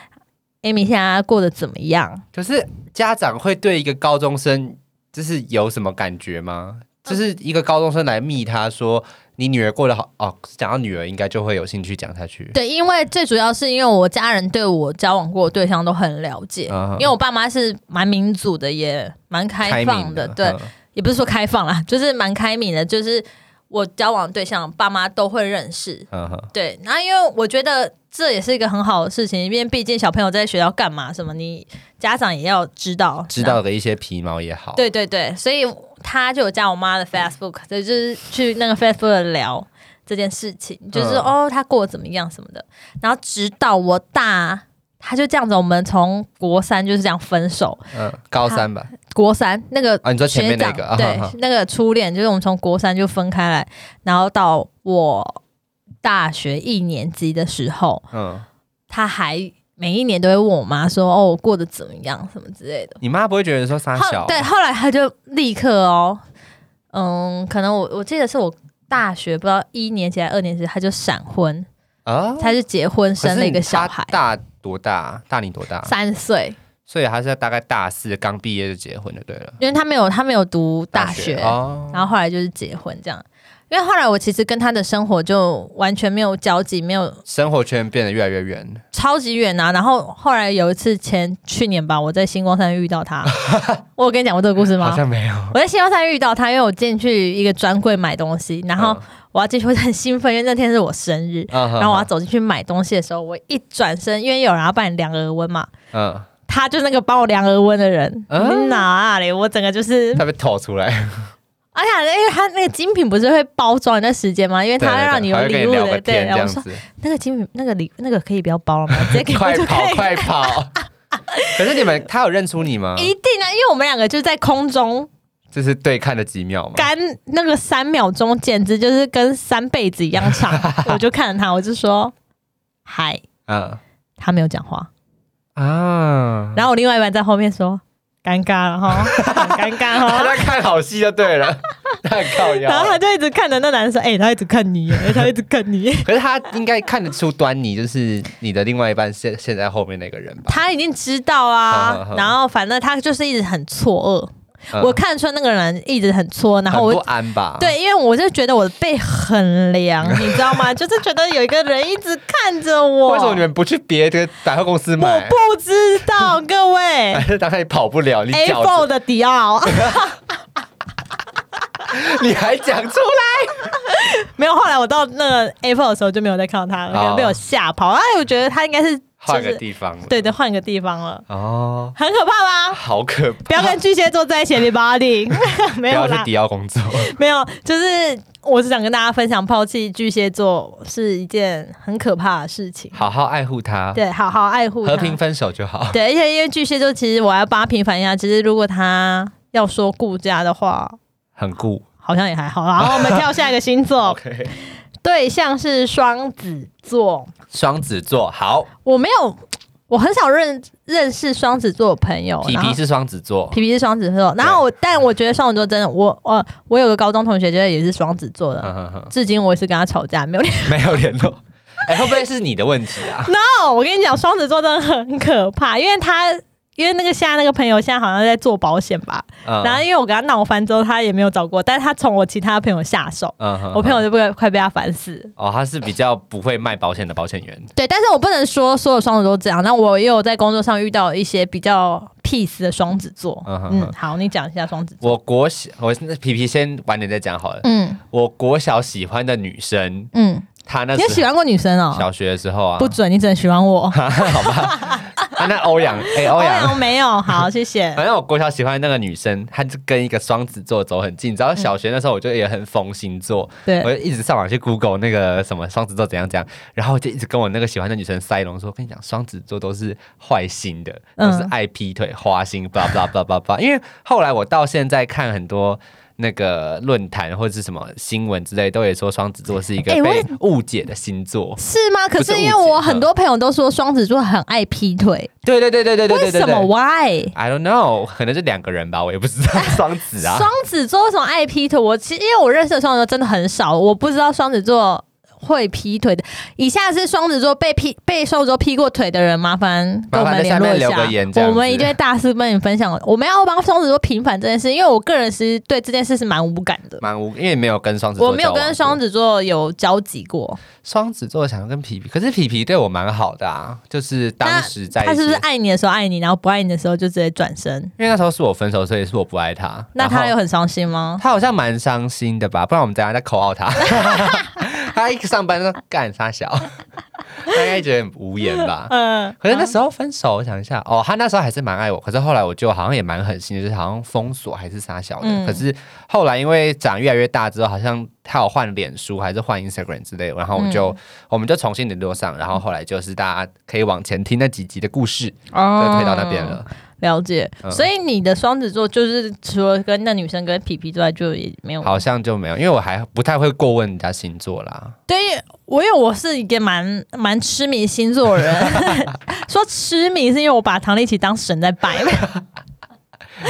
[SPEAKER 1] Amy 现在过得怎么样？
[SPEAKER 2] 可是家长会对一个高中生就是有什么感觉吗？就是一个高中生来密他说你女儿过得好哦，讲到女儿应该就会有兴趣讲下去。
[SPEAKER 1] 对，因为最主要是因为我家人对我交往过的对象都很了解，
[SPEAKER 2] 嗯
[SPEAKER 1] 因为我爸妈是蛮民主的，也蛮开放
[SPEAKER 2] 明嗯
[SPEAKER 1] 的，对，也不是说开放啦，就是蛮开明的，就是我交往对象爸妈都会认识，
[SPEAKER 2] 嗯哼，
[SPEAKER 1] 对，那因为我觉得这也是一个很好的事情，因为毕竟小朋友在学校干嘛什么，你家长也要知道。
[SPEAKER 2] 知道的一些皮毛也好。
[SPEAKER 1] 那。对对对，所以他就有加我妈的 Facebook，所以就是去那个 Facebook 的聊这件事情，就是、
[SPEAKER 2] 嗯
[SPEAKER 1] 哦他过得怎么样什么的。然后直到我大，他就这样子，我们从国三就是这样分手。
[SPEAKER 2] 嗯，高三吧。
[SPEAKER 1] 国三那个
[SPEAKER 2] 啊，你说前面那
[SPEAKER 1] 学
[SPEAKER 2] 个，
[SPEAKER 1] 长对，那个初恋就是我们从国三就分开来，然后到我大学一年级的时候，
[SPEAKER 2] 嗯，
[SPEAKER 1] 他还每一年都会问我妈说：“哦，我过得怎么样，什么之类的。
[SPEAKER 2] 你妈不会觉得说傻
[SPEAKER 1] 后
[SPEAKER 2] 小，
[SPEAKER 1] 对，后来她就立刻哦，嗯，可能我我记得是我大学不知道一年级还是二年级，她就闪婚，
[SPEAKER 2] 啊，
[SPEAKER 1] 她就结婚
[SPEAKER 2] 可是
[SPEAKER 1] 生了一个
[SPEAKER 2] 你
[SPEAKER 1] 小
[SPEAKER 2] 她
[SPEAKER 1] 孩，
[SPEAKER 2] 大多大？大你多大？
[SPEAKER 1] 三岁，
[SPEAKER 2] 所以她是大概大四刚毕业就结婚就对了。
[SPEAKER 1] 因为她没有她没有读大学，
[SPEAKER 2] 哦，
[SPEAKER 1] 然后后来就是结婚这样。因为后来我其实跟她的生活就完全没有交集，没有
[SPEAKER 2] 生活圈变得越来越远，
[SPEAKER 1] 超级远啊！然后后来有一次前去年吧，我在星光山遇到 他，我有跟你讲过这个故事吗
[SPEAKER 2] 好？像没有。
[SPEAKER 1] 我在星光山遇到他，因为我进去一个专柜买东西，然后我要进去，我很兴奋，因为那天是我生日。
[SPEAKER 2] 嗯，然
[SPEAKER 1] 然后我要走进去买东西的时候，我一转身，因为有人要帮你量额温嘛，
[SPEAKER 2] 嗯，
[SPEAKER 1] 他就是那个帮我量额温的人。
[SPEAKER 2] 啊
[SPEAKER 1] 嗯、哪里？我整个就是，
[SPEAKER 2] 他被吐出来，
[SPEAKER 1] 而且因为他那个精品不是会包装一段时间吗？因为 他要让你有
[SPEAKER 2] 对对对还会跟
[SPEAKER 1] 礼物
[SPEAKER 2] 聊个
[SPEAKER 1] 的，对。
[SPEAKER 2] 天这
[SPEAKER 1] 然后
[SPEAKER 2] 样
[SPEAKER 1] 我说
[SPEAKER 2] 子，
[SPEAKER 1] 那个精品那个礼那个可以不要包了吗？ 直接给我
[SPEAKER 2] 快
[SPEAKER 1] 就可以
[SPEAKER 2] 跑 快跑！可是你们，他有认出你吗？
[SPEAKER 1] 一定啊，因为我们两个就在空中
[SPEAKER 2] 这是对看的几秒吗？
[SPEAKER 1] 干那个三秒钟，简直就是跟三辈子一样 长。我就看着他，我就说嗨，
[SPEAKER 2] 嗯
[SPEAKER 1] 他没有讲话。
[SPEAKER 2] 啊，
[SPEAKER 1] 然后我另外一半在后面说尴尬 了哈，很尴尬
[SPEAKER 2] 他
[SPEAKER 1] 哈。
[SPEAKER 2] 在看好戏就 对了，他很靠
[SPEAKER 1] 然后他
[SPEAKER 2] 腰。
[SPEAKER 1] 就一直看着那男生，哎、他一直看你， 哎、他一直看你。
[SPEAKER 2] 可是他应该看得出端倪，就是你的另外一半现现在后面那个人吧？
[SPEAKER 1] 他已经知道
[SPEAKER 2] 好好
[SPEAKER 1] 啊
[SPEAKER 2] 好，
[SPEAKER 1] 然后反正他就是一直很错愕，
[SPEAKER 2] 嗯
[SPEAKER 1] 我看出那个人一直很错愕，然后我
[SPEAKER 2] 很啊不安吧？，
[SPEAKER 1] 对，因为我就觉得我的背很 凉，你知道吗？就是觉得有一个人一直看着我。
[SPEAKER 2] 为什么你们不去别的百货公司
[SPEAKER 1] 我
[SPEAKER 2] 买？
[SPEAKER 1] 不知道，各位
[SPEAKER 2] 还 是当然你跑不了，你脚趾
[SPEAKER 1] ，A4 的迪奥
[SPEAKER 2] 你还讲出来？
[SPEAKER 1] 没有。后来我到那个 A4 的时候就没有再看到他了，可能被我吓跑。哎，我觉得他应该是就
[SPEAKER 2] 啊换个
[SPEAKER 1] 是
[SPEAKER 2] 地方了。
[SPEAKER 1] 对的，换个地方了，
[SPEAKER 2] 哦，
[SPEAKER 1] 很可怕吧？
[SPEAKER 2] 好可怕！
[SPEAKER 1] 不要跟巨蟹座在一起，everybody。
[SPEAKER 2] 不
[SPEAKER 1] 没有
[SPEAKER 2] 要去
[SPEAKER 1] 啦，
[SPEAKER 2] 迪奥工作。
[SPEAKER 1] 没有，就是我是想跟大家分享，抛弃巨蟹座是一件很可怕的事情。
[SPEAKER 2] 好好爱护他，
[SPEAKER 1] 对，好好爱护他
[SPEAKER 2] 和平分手就好。
[SPEAKER 1] 对，而且因为巨蟹座，其实我要帮他平反一下，其实如果他要说顾家的话，
[SPEAKER 2] 很顾。
[SPEAKER 1] 好像也还好。然后我们跳下一个星 座，
[SPEAKER 2] OK，
[SPEAKER 1] 对象是双子座。
[SPEAKER 2] 双子座好
[SPEAKER 1] 我没有，我很少认认识双子座的朋友。
[SPEAKER 2] 皮
[SPEAKER 1] 然
[SPEAKER 2] 皮
[SPEAKER 1] 后
[SPEAKER 2] 是双子座，
[SPEAKER 1] 皮皮是双子座，然后我但我觉得双子座真的，我呃，我有个高中同学，觉得也是双子座的，
[SPEAKER 2] 嗯哼哼，
[SPEAKER 1] 至今我也是跟他吵架， 没有。
[SPEAKER 2] 没有联络。哎、会不会是你的问题 啊？
[SPEAKER 1] no，我哦跟你讲，双子座真的很可怕，因为他因为那个现在那个朋友现在好像在做保险吧，
[SPEAKER 2] 嗯
[SPEAKER 1] 然后因为我跟他闹翻之后，他也没有找过，但是他从我其他朋友下手，
[SPEAKER 2] 嗯哼
[SPEAKER 1] 我朋友就被快被他烦死。
[SPEAKER 2] 哦，他是比较不会卖保险的保险员。
[SPEAKER 1] 对，但是我不能说所有双子都这样，那我也有在工作上遇到一些比较 peace 的双子座。
[SPEAKER 2] 嗯哼
[SPEAKER 1] 嗯，
[SPEAKER 2] 哼
[SPEAKER 1] 好，你讲一下双子座。
[SPEAKER 2] 我国小，我那皮皮先晚点再讲好了。
[SPEAKER 1] 嗯
[SPEAKER 2] 我国小喜欢的女生，
[SPEAKER 1] 嗯，
[SPEAKER 2] 她那
[SPEAKER 1] 你有
[SPEAKER 2] 时
[SPEAKER 1] 喜
[SPEAKER 2] 候
[SPEAKER 1] 欢过女生哦？
[SPEAKER 2] 小学的时候啊，
[SPEAKER 1] 不准，你只能喜欢我。
[SPEAKER 2] 啊，那 欧阳，哎、欧
[SPEAKER 1] 欧
[SPEAKER 2] 阳，
[SPEAKER 1] 阳没有，好，谢 谢。
[SPEAKER 2] 反正我国小喜欢的那个女生，她就跟一个双子座走很近。你知道小学那时候我就也很疯星座，我
[SPEAKER 1] 嗯对，
[SPEAKER 2] 就一直上网去 Google 那个什么双子座怎样怎样，然后我就一直跟我那个喜欢的女生塞龙说，跟你讲，双子座都是坏心的，
[SPEAKER 1] 嗯
[SPEAKER 2] 都是爱劈腿、花心，叭叭叭叭叭。因为后来我到现在看很多。那个论坛或者是什么新闻之类，都也说双子座是一个
[SPEAKER 1] 哎我也
[SPEAKER 2] 被误解的星座。
[SPEAKER 1] 是吗？可
[SPEAKER 2] 不
[SPEAKER 1] 是
[SPEAKER 2] 是
[SPEAKER 1] 因为
[SPEAKER 2] 误解
[SPEAKER 1] 我很多朋友都说双子座很爱劈腿，
[SPEAKER 2] 对对对对对对
[SPEAKER 1] 为
[SPEAKER 2] 对对。
[SPEAKER 1] 什么
[SPEAKER 2] 对
[SPEAKER 1] ？Why？
[SPEAKER 2] I don't know，可能是两个人吧，我也不知道。双子啊，
[SPEAKER 1] 双子座为什么爱劈腿？我其实因为我认识的双子座真的很少，我不知道双子座会劈腿的。以下是双子座被劈被双子座劈过腿的人，麻烦跟
[SPEAKER 2] 麻
[SPEAKER 1] 我
[SPEAKER 2] 烦
[SPEAKER 1] 们联络一
[SPEAKER 2] 在下面留个言这
[SPEAKER 1] 我
[SPEAKER 2] 样子
[SPEAKER 1] 们一定会大肆帮你分享。我们要帮双子座平反这件事，因为我个人其实对这件事是蛮无感的。
[SPEAKER 2] 蛮无，因为没有跟双子座，
[SPEAKER 1] 我没有跟双
[SPEAKER 2] 子
[SPEAKER 1] 子座有交集过，
[SPEAKER 2] 双子座想要跟皮皮，可是皮皮对我蛮好的啊，就是当时在一起，
[SPEAKER 1] 他是不是爱你的时候爱你，然后不爱你的时候就直接转身？
[SPEAKER 2] 因为那时候是我分手，所以是我不爱他。
[SPEAKER 1] 那
[SPEAKER 2] 然
[SPEAKER 1] 他
[SPEAKER 2] 后
[SPEAKER 1] 有很伤心吗？
[SPEAKER 2] 他好像蛮伤心的吧？不然我们等一下再口 号他。他一上班就说干啥小， 他应该觉得很无言吧。
[SPEAKER 1] 嗯、
[SPEAKER 2] 可是那时候分手，我想一下，
[SPEAKER 1] 啊
[SPEAKER 2] 哦，他那时候还是蛮爱我，可是后来我就好像也蛮狠心的，就是好像封锁还是啥小的。
[SPEAKER 1] 嗯
[SPEAKER 2] 可是后来因为长越来越大之后，好像他有换脸书还是换 Instagram 之类的，然后我
[SPEAKER 1] 嗯
[SPEAKER 2] 就、我们就重新联络上，然后后来就是大家可以往前听那几集的故事，就
[SPEAKER 1] 哦
[SPEAKER 2] 推到那边了。
[SPEAKER 1] 了解，
[SPEAKER 2] 嗯
[SPEAKER 1] 所以你的双子座就是除了跟那女生跟皮皮之外，就也没有
[SPEAKER 2] 好像就没有，因为我还不太会过问人家星座啦。
[SPEAKER 1] 对，我因为我是一个蛮蛮痴迷星座的 人，说痴迷是因为我把唐立奇当神在拜，
[SPEAKER 2] 哎、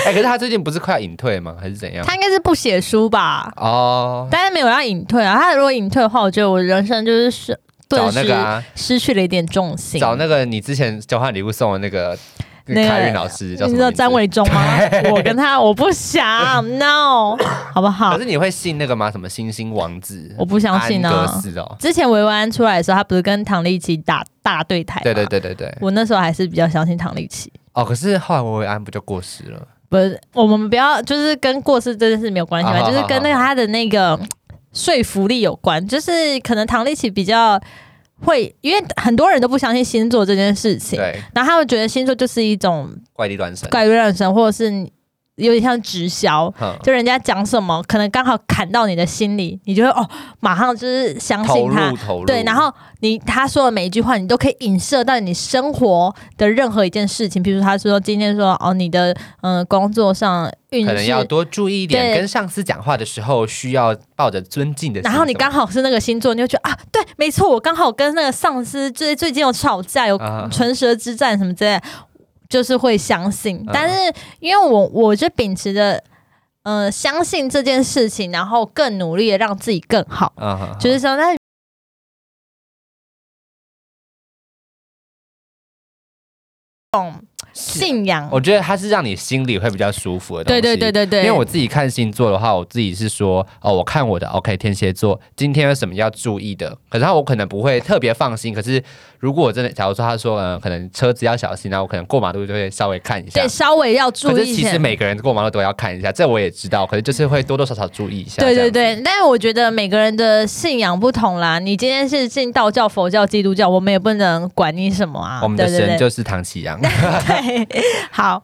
[SPEAKER 2] 可是他最近不是快要隐退吗？还是怎样
[SPEAKER 1] 他？应该是不写书吧？
[SPEAKER 2] 哦，
[SPEAKER 1] 但是没有要隐退啊，他如果隐退的话，我觉得我人生就是失顿
[SPEAKER 2] 找那
[SPEAKER 1] 时
[SPEAKER 2] 个啊，
[SPEAKER 1] 失去了一点重心。
[SPEAKER 2] 找那个你之前交换礼物送的那个
[SPEAKER 1] 那个
[SPEAKER 2] 凯韵老师叫什
[SPEAKER 1] 你
[SPEAKER 2] 么
[SPEAKER 1] 知道
[SPEAKER 2] 名字？
[SPEAKER 1] 张伟忠 吗？我跟他我不想，no，好不好
[SPEAKER 2] 可？是你会信那个吗？什么星星王子？
[SPEAKER 1] 啊我不相信啊
[SPEAKER 2] 安格斯哦，
[SPEAKER 1] 之前维安出来的时候，他不是跟唐立奇打大对台？
[SPEAKER 2] 对对，对对对。
[SPEAKER 1] 我那时候还是比较相信唐立奇。
[SPEAKER 2] 哦，可是后来薇薇安不就过世了？
[SPEAKER 1] 不是，我们不要就是跟过世这件事没有关系嘛，
[SPEAKER 2] 啊好
[SPEAKER 1] 就是跟那个他的那个说服力有关，就是可能唐立奇比较会，因为很多人都不相信星座这件事情，
[SPEAKER 2] 对，
[SPEAKER 1] 然后他们觉得星座就是一种
[SPEAKER 2] 怪力乱神。
[SPEAKER 1] 怪力乱神，或者是有点像直销。
[SPEAKER 2] 哼
[SPEAKER 1] 就人家讲什么，可能刚好砍到你的心里，你就会哦，马上就是相
[SPEAKER 2] 投
[SPEAKER 1] 信他
[SPEAKER 2] 入，投入。
[SPEAKER 1] 对，然后你他说的每一句话，你都可以影射到你生活的任何一件事情，比如他说今天说哦，你的嗯、呃工作上运
[SPEAKER 2] 可能要
[SPEAKER 1] 势。
[SPEAKER 2] 多注意一点，
[SPEAKER 1] 对
[SPEAKER 2] 跟上司讲话的时候需要抱着尊敬的心。
[SPEAKER 1] 然后你刚
[SPEAKER 2] 怎
[SPEAKER 1] 好是那个星座，你就觉得啊，对，没错，我刚好跟那个上司最最近有吵架，有
[SPEAKER 2] 啊
[SPEAKER 1] 唇舌之战什么之类的，就是会相信
[SPEAKER 2] 啊。
[SPEAKER 1] 但是因为我我就秉持着呃相信这件事情，然后更努力的让自己更好，
[SPEAKER 2] 么啊哈，
[SPEAKER 1] 就是说那
[SPEAKER 2] 是
[SPEAKER 1] 信仰，
[SPEAKER 2] 我觉得它是让你心里会比较舒服的哦东
[SPEAKER 1] 对对
[SPEAKER 2] 西。
[SPEAKER 1] 对。对对，
[SPEAKER 2] 因为我自己看星座的话，我自己是说，哦，我看我的 OK 天蝎座今天有什么要注意的，可是他我可能不会特别放心。可是如果我真的，假如说他说，嗯、可能车子要小心，那我可能过马路就会稍微看一下
[SPEAKER 1] 对。稍微要注
[SPEAKER 2] 可是
[SPEAKER 1] 意一
[SPEAKER 2] 其
[SPEAKER 1] 下
[SPEAKER 2] 实。每个人过马路都要看一下，这我也知道，可是就是会多多少少注意一下。
[SPEAKER 1] 对
[SPEAKER 2] 这
[SPEAKER 1] 对
[SPEAKER 2] 样子，
[SPEAKER 1] 对，但是我觉得每个人的信仰不同啦。你今天是信道教、佛教、基督教，我们也不能管你什么啊。
[SPEAKER 2] 我们的
[SPEAKER 1] 对对
[SPEAKER 2] 神
[SPEAKER 1] 对
[SPEAKER 2] 就是唐启阳。
[SPEAKER 1] 对，好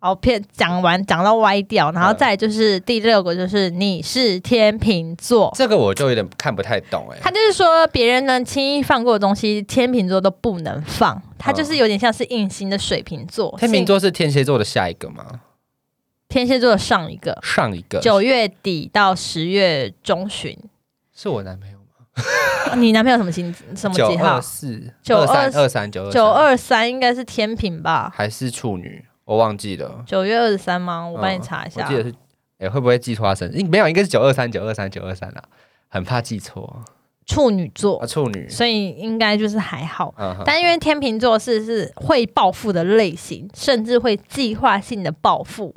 [SPEAKER 1] 好骗讲完讲到歪掉，然后再来就是第六个就是你是天秤座，
[SPEAKER 2] 这个我就有点看不太懂哎、
[SPEAKER 1] 他就是说别人能轻易放过的东西，天秤座都不能放，他就是有点像是硬心的水瓶座，
[SPEAKER 2] 嗯天秤座是天蝎座的下一个吗？
[SPEAKER 1] 天蝎座的上一个。
[SPEAKER 2] 上一个
[SPEAKER 1] 九月底到十月中 旬，
[SPEAKER 2] 是我男朋友吗？
[SPEAKER 1] 你男朋友什么星什么
[SPEAKER 2] 九
[SPEAKER 1] 几号
[SPEAKER 2] 二？四
[SPEAKER 1] 九
[SPEAKER 2] 二
[SPEAKER 1] 二
[SPEAKER 2] 三
[SPEAKER 1] 四
[SPEAKER 2] 二三九
[SPEAKER 1] 九二三应该是天平吧？
[SPEAKER 2] 还是处女？我忘记了，
[SPEAKER 1] 九月二十三吗？我帮你
[SPEAKER 2] 嗯
[SPEAKER 1] 查一下。
[SPEAKER 2] 我记得是，哎、会不会记错他生日？应没有，应该是九二三九二三九二三啊，很怕记错
[SPEAKER 1] 处女座
[SPEAKER 2] 啊，，处女。
[SPEAKER 1] 所以应该就是还好。
[SPEAKER 2] 嗯哼，
[SPEAKER 1] 但因为天秤座是是会报复的类型，甚至会计划性的报复，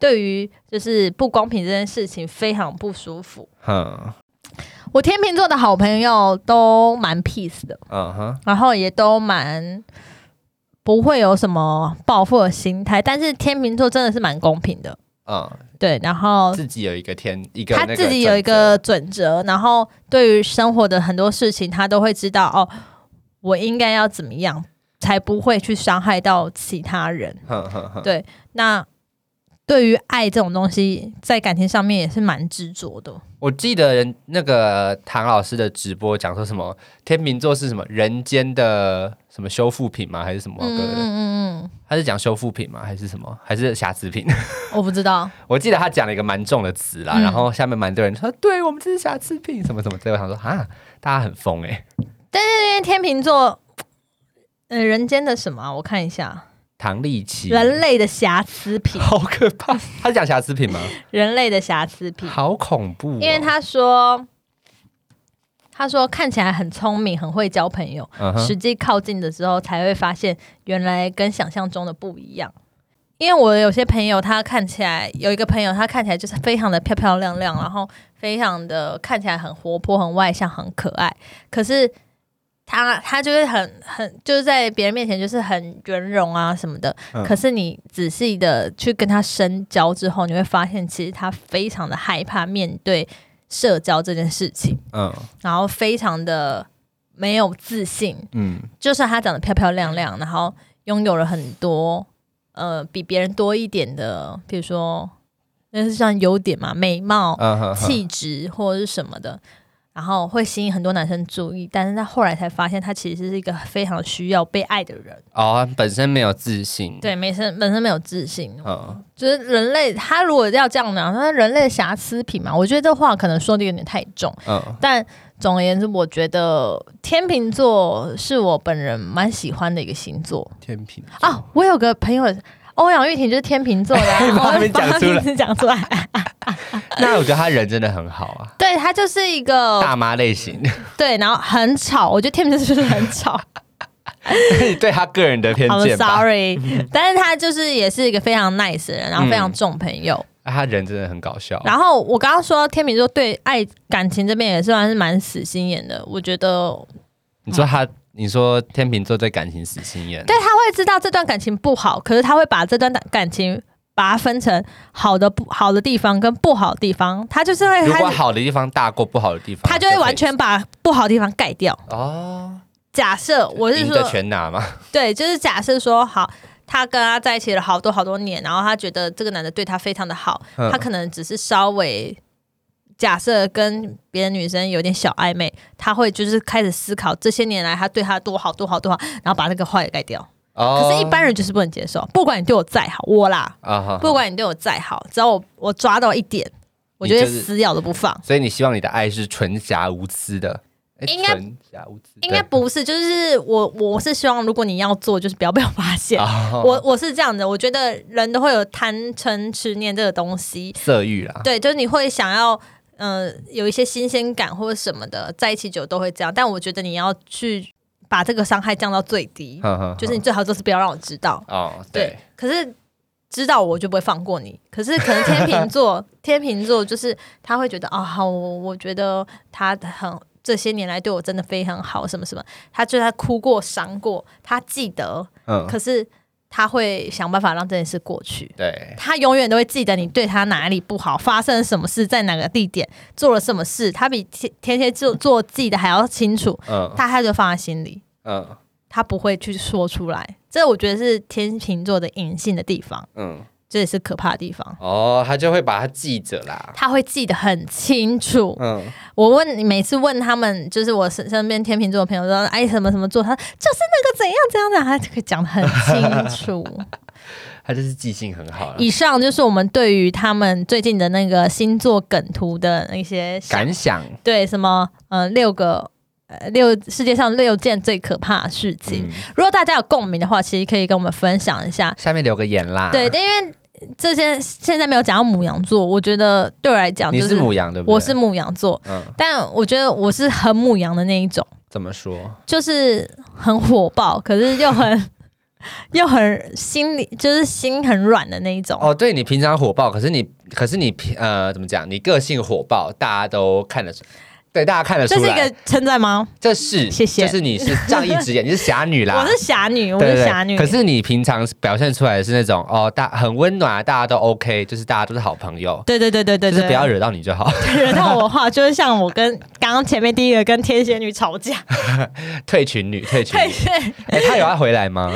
[SPEAKER 1] 对于就是不公平这件事情非常不舒服。
[SPEAKER 2] 哼，嗯
[SPEAKER 1] 我天秤座的好朋友都蛮 peace 的，
[SPEAKER 2] 嗯哼，
[SPEAKER 1] 然后也都蛮不会有什么报复的心态，但是天秤座真的是蛮公平的，
[SPEAKER 2] 嗯，
[SPEAKER 1] 对。然后
[SPEAKER 2] 自己有一个天一个
[SPEAKER 1] 他
[SPEAKER 2] 那
[SPEAKER 1] 自己有一个准则，然后对于生活的很多事情，他都会知道哦，我应该要怎么样才不会去伤害到其他人。
[SPEAKER 2] 准则，嗯哼哼哼，
[SPEAKER 1] 对那对于爱这种东西，在感情上面也是蛮执着的。
[SPEAKER 2] 我记得人那个唐老师的直播讲说什么天秤座是什么人间的什么修复品吗？还是什么？
[SPEAKER 1] 嗯嗯嗯嗯，
[SPEAKER 2] 他是讲修复品吗？还是什么？还是瑕疵品？
[SPEAKER 1] 我不知道，
[SPEAKER 2] 我记得他讲了一个蛮重的词啦，
[SPEAKER 1] 嗯
[SPEAKER 2] 然后下面蛮多人说，对我们这是瑕疵品，什么什么之类的。我想说，哈，大家很疯哎、
[SPEAKER 1] 因为天秤座。呃，人间的什么啊、我看一下，
[SPEAKER 2] 唐立奇，
[SPEAKER 1] 人类的瑕疵品，
[SPEAKER 2] 好可怕。他是讲瑕疵品吗？
[SPEAKER 1] 人类的瑕疵品。
[SPEAKER 2] 好恐怖哦、
[SPEAKER 1] 因为他说，他说看起来很聪明，很会交朋友，
[SPEAKER 2] 嗯哼
[SPEAKER 1] 实际靠近的时候才会发现，原来跟想象中的不一样。因为我有些朋友，他看起来有一个朋友，他看起来就是非常的漂漂亮亮，然后非常的看起来很活泼、很外向、很可爱，可是。他他就是很很就是在别人面前就是很圆融啊什么的，
[SPEAKER 2] 嗯
[SPEAKER 1] 可是你仔细的去跟他深交之后，你会发现其实他非常的害怕面对社交这件事情，
[SPEAKER 2] 嗯
[SPEAKER 1] 然后非常的没有自信。
[SPEAKER 2] 嗯
[SPEAKER 1] 就算她长得漂漂亮亮，然后拥有了很多呃比别人多一点的，比如说那是算优点嘛，美貌、
[SPEAKER 2] 嗯哼哼
[SPEAKER 1] 气质或者是什么的，然后会吸引很多男生注意，但是他后来才发现，他其实是一个非常需要被爱的人。
[SPEAKER 2] 哦，本身没有自信，，
[SPEAKER 1] 对，没生本身没有自信，
[SPEAKER 2] 嗯，
[SPEAKER 1] 就是人类他如果要这样讲，那人类瑕疵品嘛，我觉得这话可能说的有点太重。
[SPEAKER 2] 嗯，
[SPEAKER 1] 但总而言之，我觉得天秤座是我本人蛮喜欢的一个星座
[SPEAKER 2] 天平座，
[SPEAKER 1] 啊。我有个朋友欧阳玉婷就是天秤座的、 啊，
[SPEAKER 2] 哎把他名讲出来
[SPEAKER 1] 我把他名字讲出 来。
[SPEAKER 2] 那我觉得他人真的很好啊，
[SPEAKER 1] 对他就是一个
[SPEAKER 2] 大妈类型，
[SPEAKER 1] 对，然后很吵，我觉得天秤座就是很吵。
[SPEAKER 2] 对他个人 的偏
[SPEAKER 1] I'm
[SPEAKER 2] 见吧。嗯
[SPEAKER 1] sorry，但是他就是也是一个非常 nice 的人，然后非常重朋友。
[SPEAKER 2] 啊他人真的很搞笑，
[SPEAKER 1] 然后我刚刚说天秤座对爱感情这边也算是蛮死心眼的，我觉得
[SPEAKER 2] 你说他，你说天秤座对感情死心眼，
[SPEAKER 1] 对，他会知道这段感情不好，可是他会把这段感情把它分成好的不好的地方跟不好的地方，他就是会
[SPEAKER 2] 如
[SPEAKER 1] 他
[SPEAKER 2] 果好的地方大过不好的地方，
[SPEAKER 1] 他就会
[SPEAKER 2] 可以
[SPEAKER 1] 完全把不好的地方盖掉。
[SPEAKER 2] 哦，
[SPEAKER 1] 假设我是
[SPEAKER 2] 赢得
[SPEAKER 1] 说，
[SPEAKER 2] 全拿嘛，
[SPEAKER 1] 对，就是假设说好。他跟他在一起了好多好多年，然后他觉得这个男的对他非常的好，
[SPEAKER 2] 嗯
[SPEAKER 1] 他可能只是稍微假设跟别的女生有点小暧昧，他会就是开始思考这些年来他对他多好多好多好，然后把那个坏的盖掉。
[SPEAKER 2] 哦，
[SPEAKER 1] 可是，一般人就是不能接受，不管你对我再好，我啦，
[SPEAKER 2] 啊哈，
[SPEAKER 1] 不管你对我再好，只要我我抓到一点，我就会
[SPEAKER 2] 就是
[SPEAKER 1] 死咬都不放。
[SPEAKER 2] 所以你希望你的爱是纯瑕无疵的，诶
[SPEAKER 1] 应该
[SPEAKER 2] 纯瑕无疵，
[SPEAKER 1] 应该不是，就是我我是希望，如果你要做，就是不要被我发现。
[SPEAKER 2] 啊，
[SPEAKER 1] 我我是这样的，我觉得人都会有贪嗔痴念这个东西，
[SPEAKER 2] 色欲啦，
[SPEAKER 1] 对，就是你会想要。嗯、有一些新鲜感或者什么的，在一起久都会这样。但我觉得你要去把这个伤害降到最低，
[SPEAKER 2] 哼哼
[SPEAKER 1] 就是你
[SPEAKER 2] 哼
[SPEAKER 1] 最好就是不要让我知道。
[SPEAKER 2] 哦，
[SPEAKER 1] 对
[SPEAKER 2] 嗯对，，
[SPEAKER 1] 可是知道我就不会放过你。可是可能天秤座，天秤座就是他会觉得啊，好，我我觉得他很这些年来对我真的非常好，什么什么，他就他哭过、伤过，他记得，
[SPEAKER 2] 嗯，
[SPEAKER 1] 可是他会想办法让这件事过去。
[SPEAKER 2] 对，
[SPEAKER 1] 他永远都会记得你对他哪里不好，发生了什么事，在哪个地点做了什么事，他比天天蝎座做记得还要清楚，
[SPEAKER 2] 嗯
[SPEAKER 1] 他他就放在心里。
[SPEAKER 2] 嗯
[SPEAKER 1] 他不会去说出来。这我觉得是天秤座的隐性的地方，
[SPEAKER 2] 嗯，
[SPEAKER 1] 这也是可怕的地方。
[SPEAKER 2] 哦，他就会把它记着啦，
[SPEAKER 1] 他会记得很清楚。
[SPEAKER 2] 嗯，
[SPEAKER 1] 我问每次问他们，就是我身身边天秤座的朋友说：“哎，什么什么座？”他就是那个怎样怎样怎样，他就可以讲的很清楚。
[SPEAKER 2] 他就是记性很好啦。
[SPEAKER 1] 以上就是我们对于他们最近的那个星座梗图的那些想
[SPEAKER 2] 感想，
[SPEAKER 1] 对什么呃六个呃六世界上六件最可怕的事情。
[SPEAKER 2] 嗯，
[SPEAKER 1] 如果大家有共鸣的话，其实可以跟我们分享一下，
[SPEAKER 2] 下面留个言啦。
[SPEAKER 1] 对，，但因为这些现在没有讲到母羊座，我觉得对我来讲
[SPEAKER 2] 你
[SPEAKER 1] 就是
[SPEAKER 2] 母羊对不对？
[SPEAKER 1] 我是母羊座，
[SPEAKER 2] 嗯，
[SPEAKER 1] 但我觉得我是很母羊的那一种，
[SPEAKER 2] 怎么说？
[SPEAKER 1] 就是很火爆，可是又 很又很心里就是心很软的那一种。
[SPEAKER 2] 哦，对你平常火爆，可是你可是你呃怎么讲？你个性火爆，大家都看得出，对，大家看得出
[SPEAKER 1] 这是一
[SPEAKER 2] 来。
[SPEAKER 1] 个称赞吗？
[SPEAKER 2] 这是
[SPEAKER 1] 谢谢
[SPEAKER 2] 就是你是仗义 直言，你是侠女啦。
[SPEAKER 1] 我是侠女，我
[SPEAKER 2] 对
[SPEAKER 1] 是
[SPEAKER 2] 对
[SPEAKER 1] 侠女。
[SPEAKER 2] 可是你平常表现出来的是那种哦，大很温暖啊，大家都 OK，就是大家都是好朋友，
[SPEAKER 1] 对对对对对
[SPEAKER 2] 就是
[SPEAKER 1] 对，
[SPEAKER 2] 不要 惹到你就好。
[SPEAKER 1] 惹到我的话，就是像我跟刚刚前面第一个跟天蝎女吵 架，
[SPEAKER 2] 退群女，退群
[SPEAKER 1] 对
[SPEAKER 2] 女。
[SPEAKER 1] 对，
[SPEAKER 2] 哎、她有要回来吗？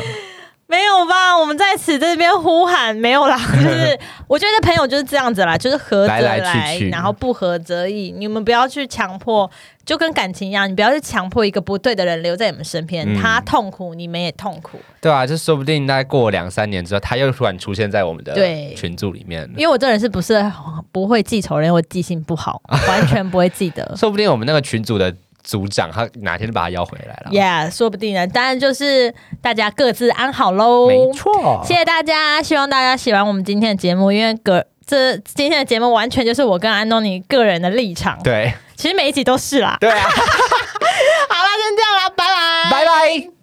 [SPEAKER 1] 没有吧？我们在此这边呼喊没有 啦，就是我觉得朋友就是这样子啦，就是合则
[SPEAKER 2] 来来去去
[SPEAKER 1] 然后不合则已。你们不要去强迫，就跟感情一样，你不要去强迫一个不对的人留在你们身边，
[SPEAKER 2] 嗯
[SPEAKER 1] 他痛苦，你们也痛苦。
[SPEAKER 2] 对啊，就说不定大概过两三年之后，她又突然出现在我们的
[SPEAKER 1] 对
[SPEAKER 2] 群组里面了。
[SPEAKER 1] 因为我这人是不是不会记仇的人，我记性不好，完全不会记得
[SPEAKER 2] 说不定我们那个群组的组长，他哪天就把她邀回来了。
[SPEAKER 1] Yeah，说不定呢。当然就是大家各自安好喽。
[SPEAKER 2] 没错，
[SPEAKER 1] 谢谢大家，希望大家喜欢我们今天的节目，因为个这今天的节目完全就是我跟安东尼个人的立场，
[SPEAKER 2] 对
[SPEAKER 1] 其实每一集都是啦。
[SPEAKER 2] 对啊，
[SPEAKER 1] 好啦，先这样啦，拜拜。
[SPEAKER 2] 拜拜。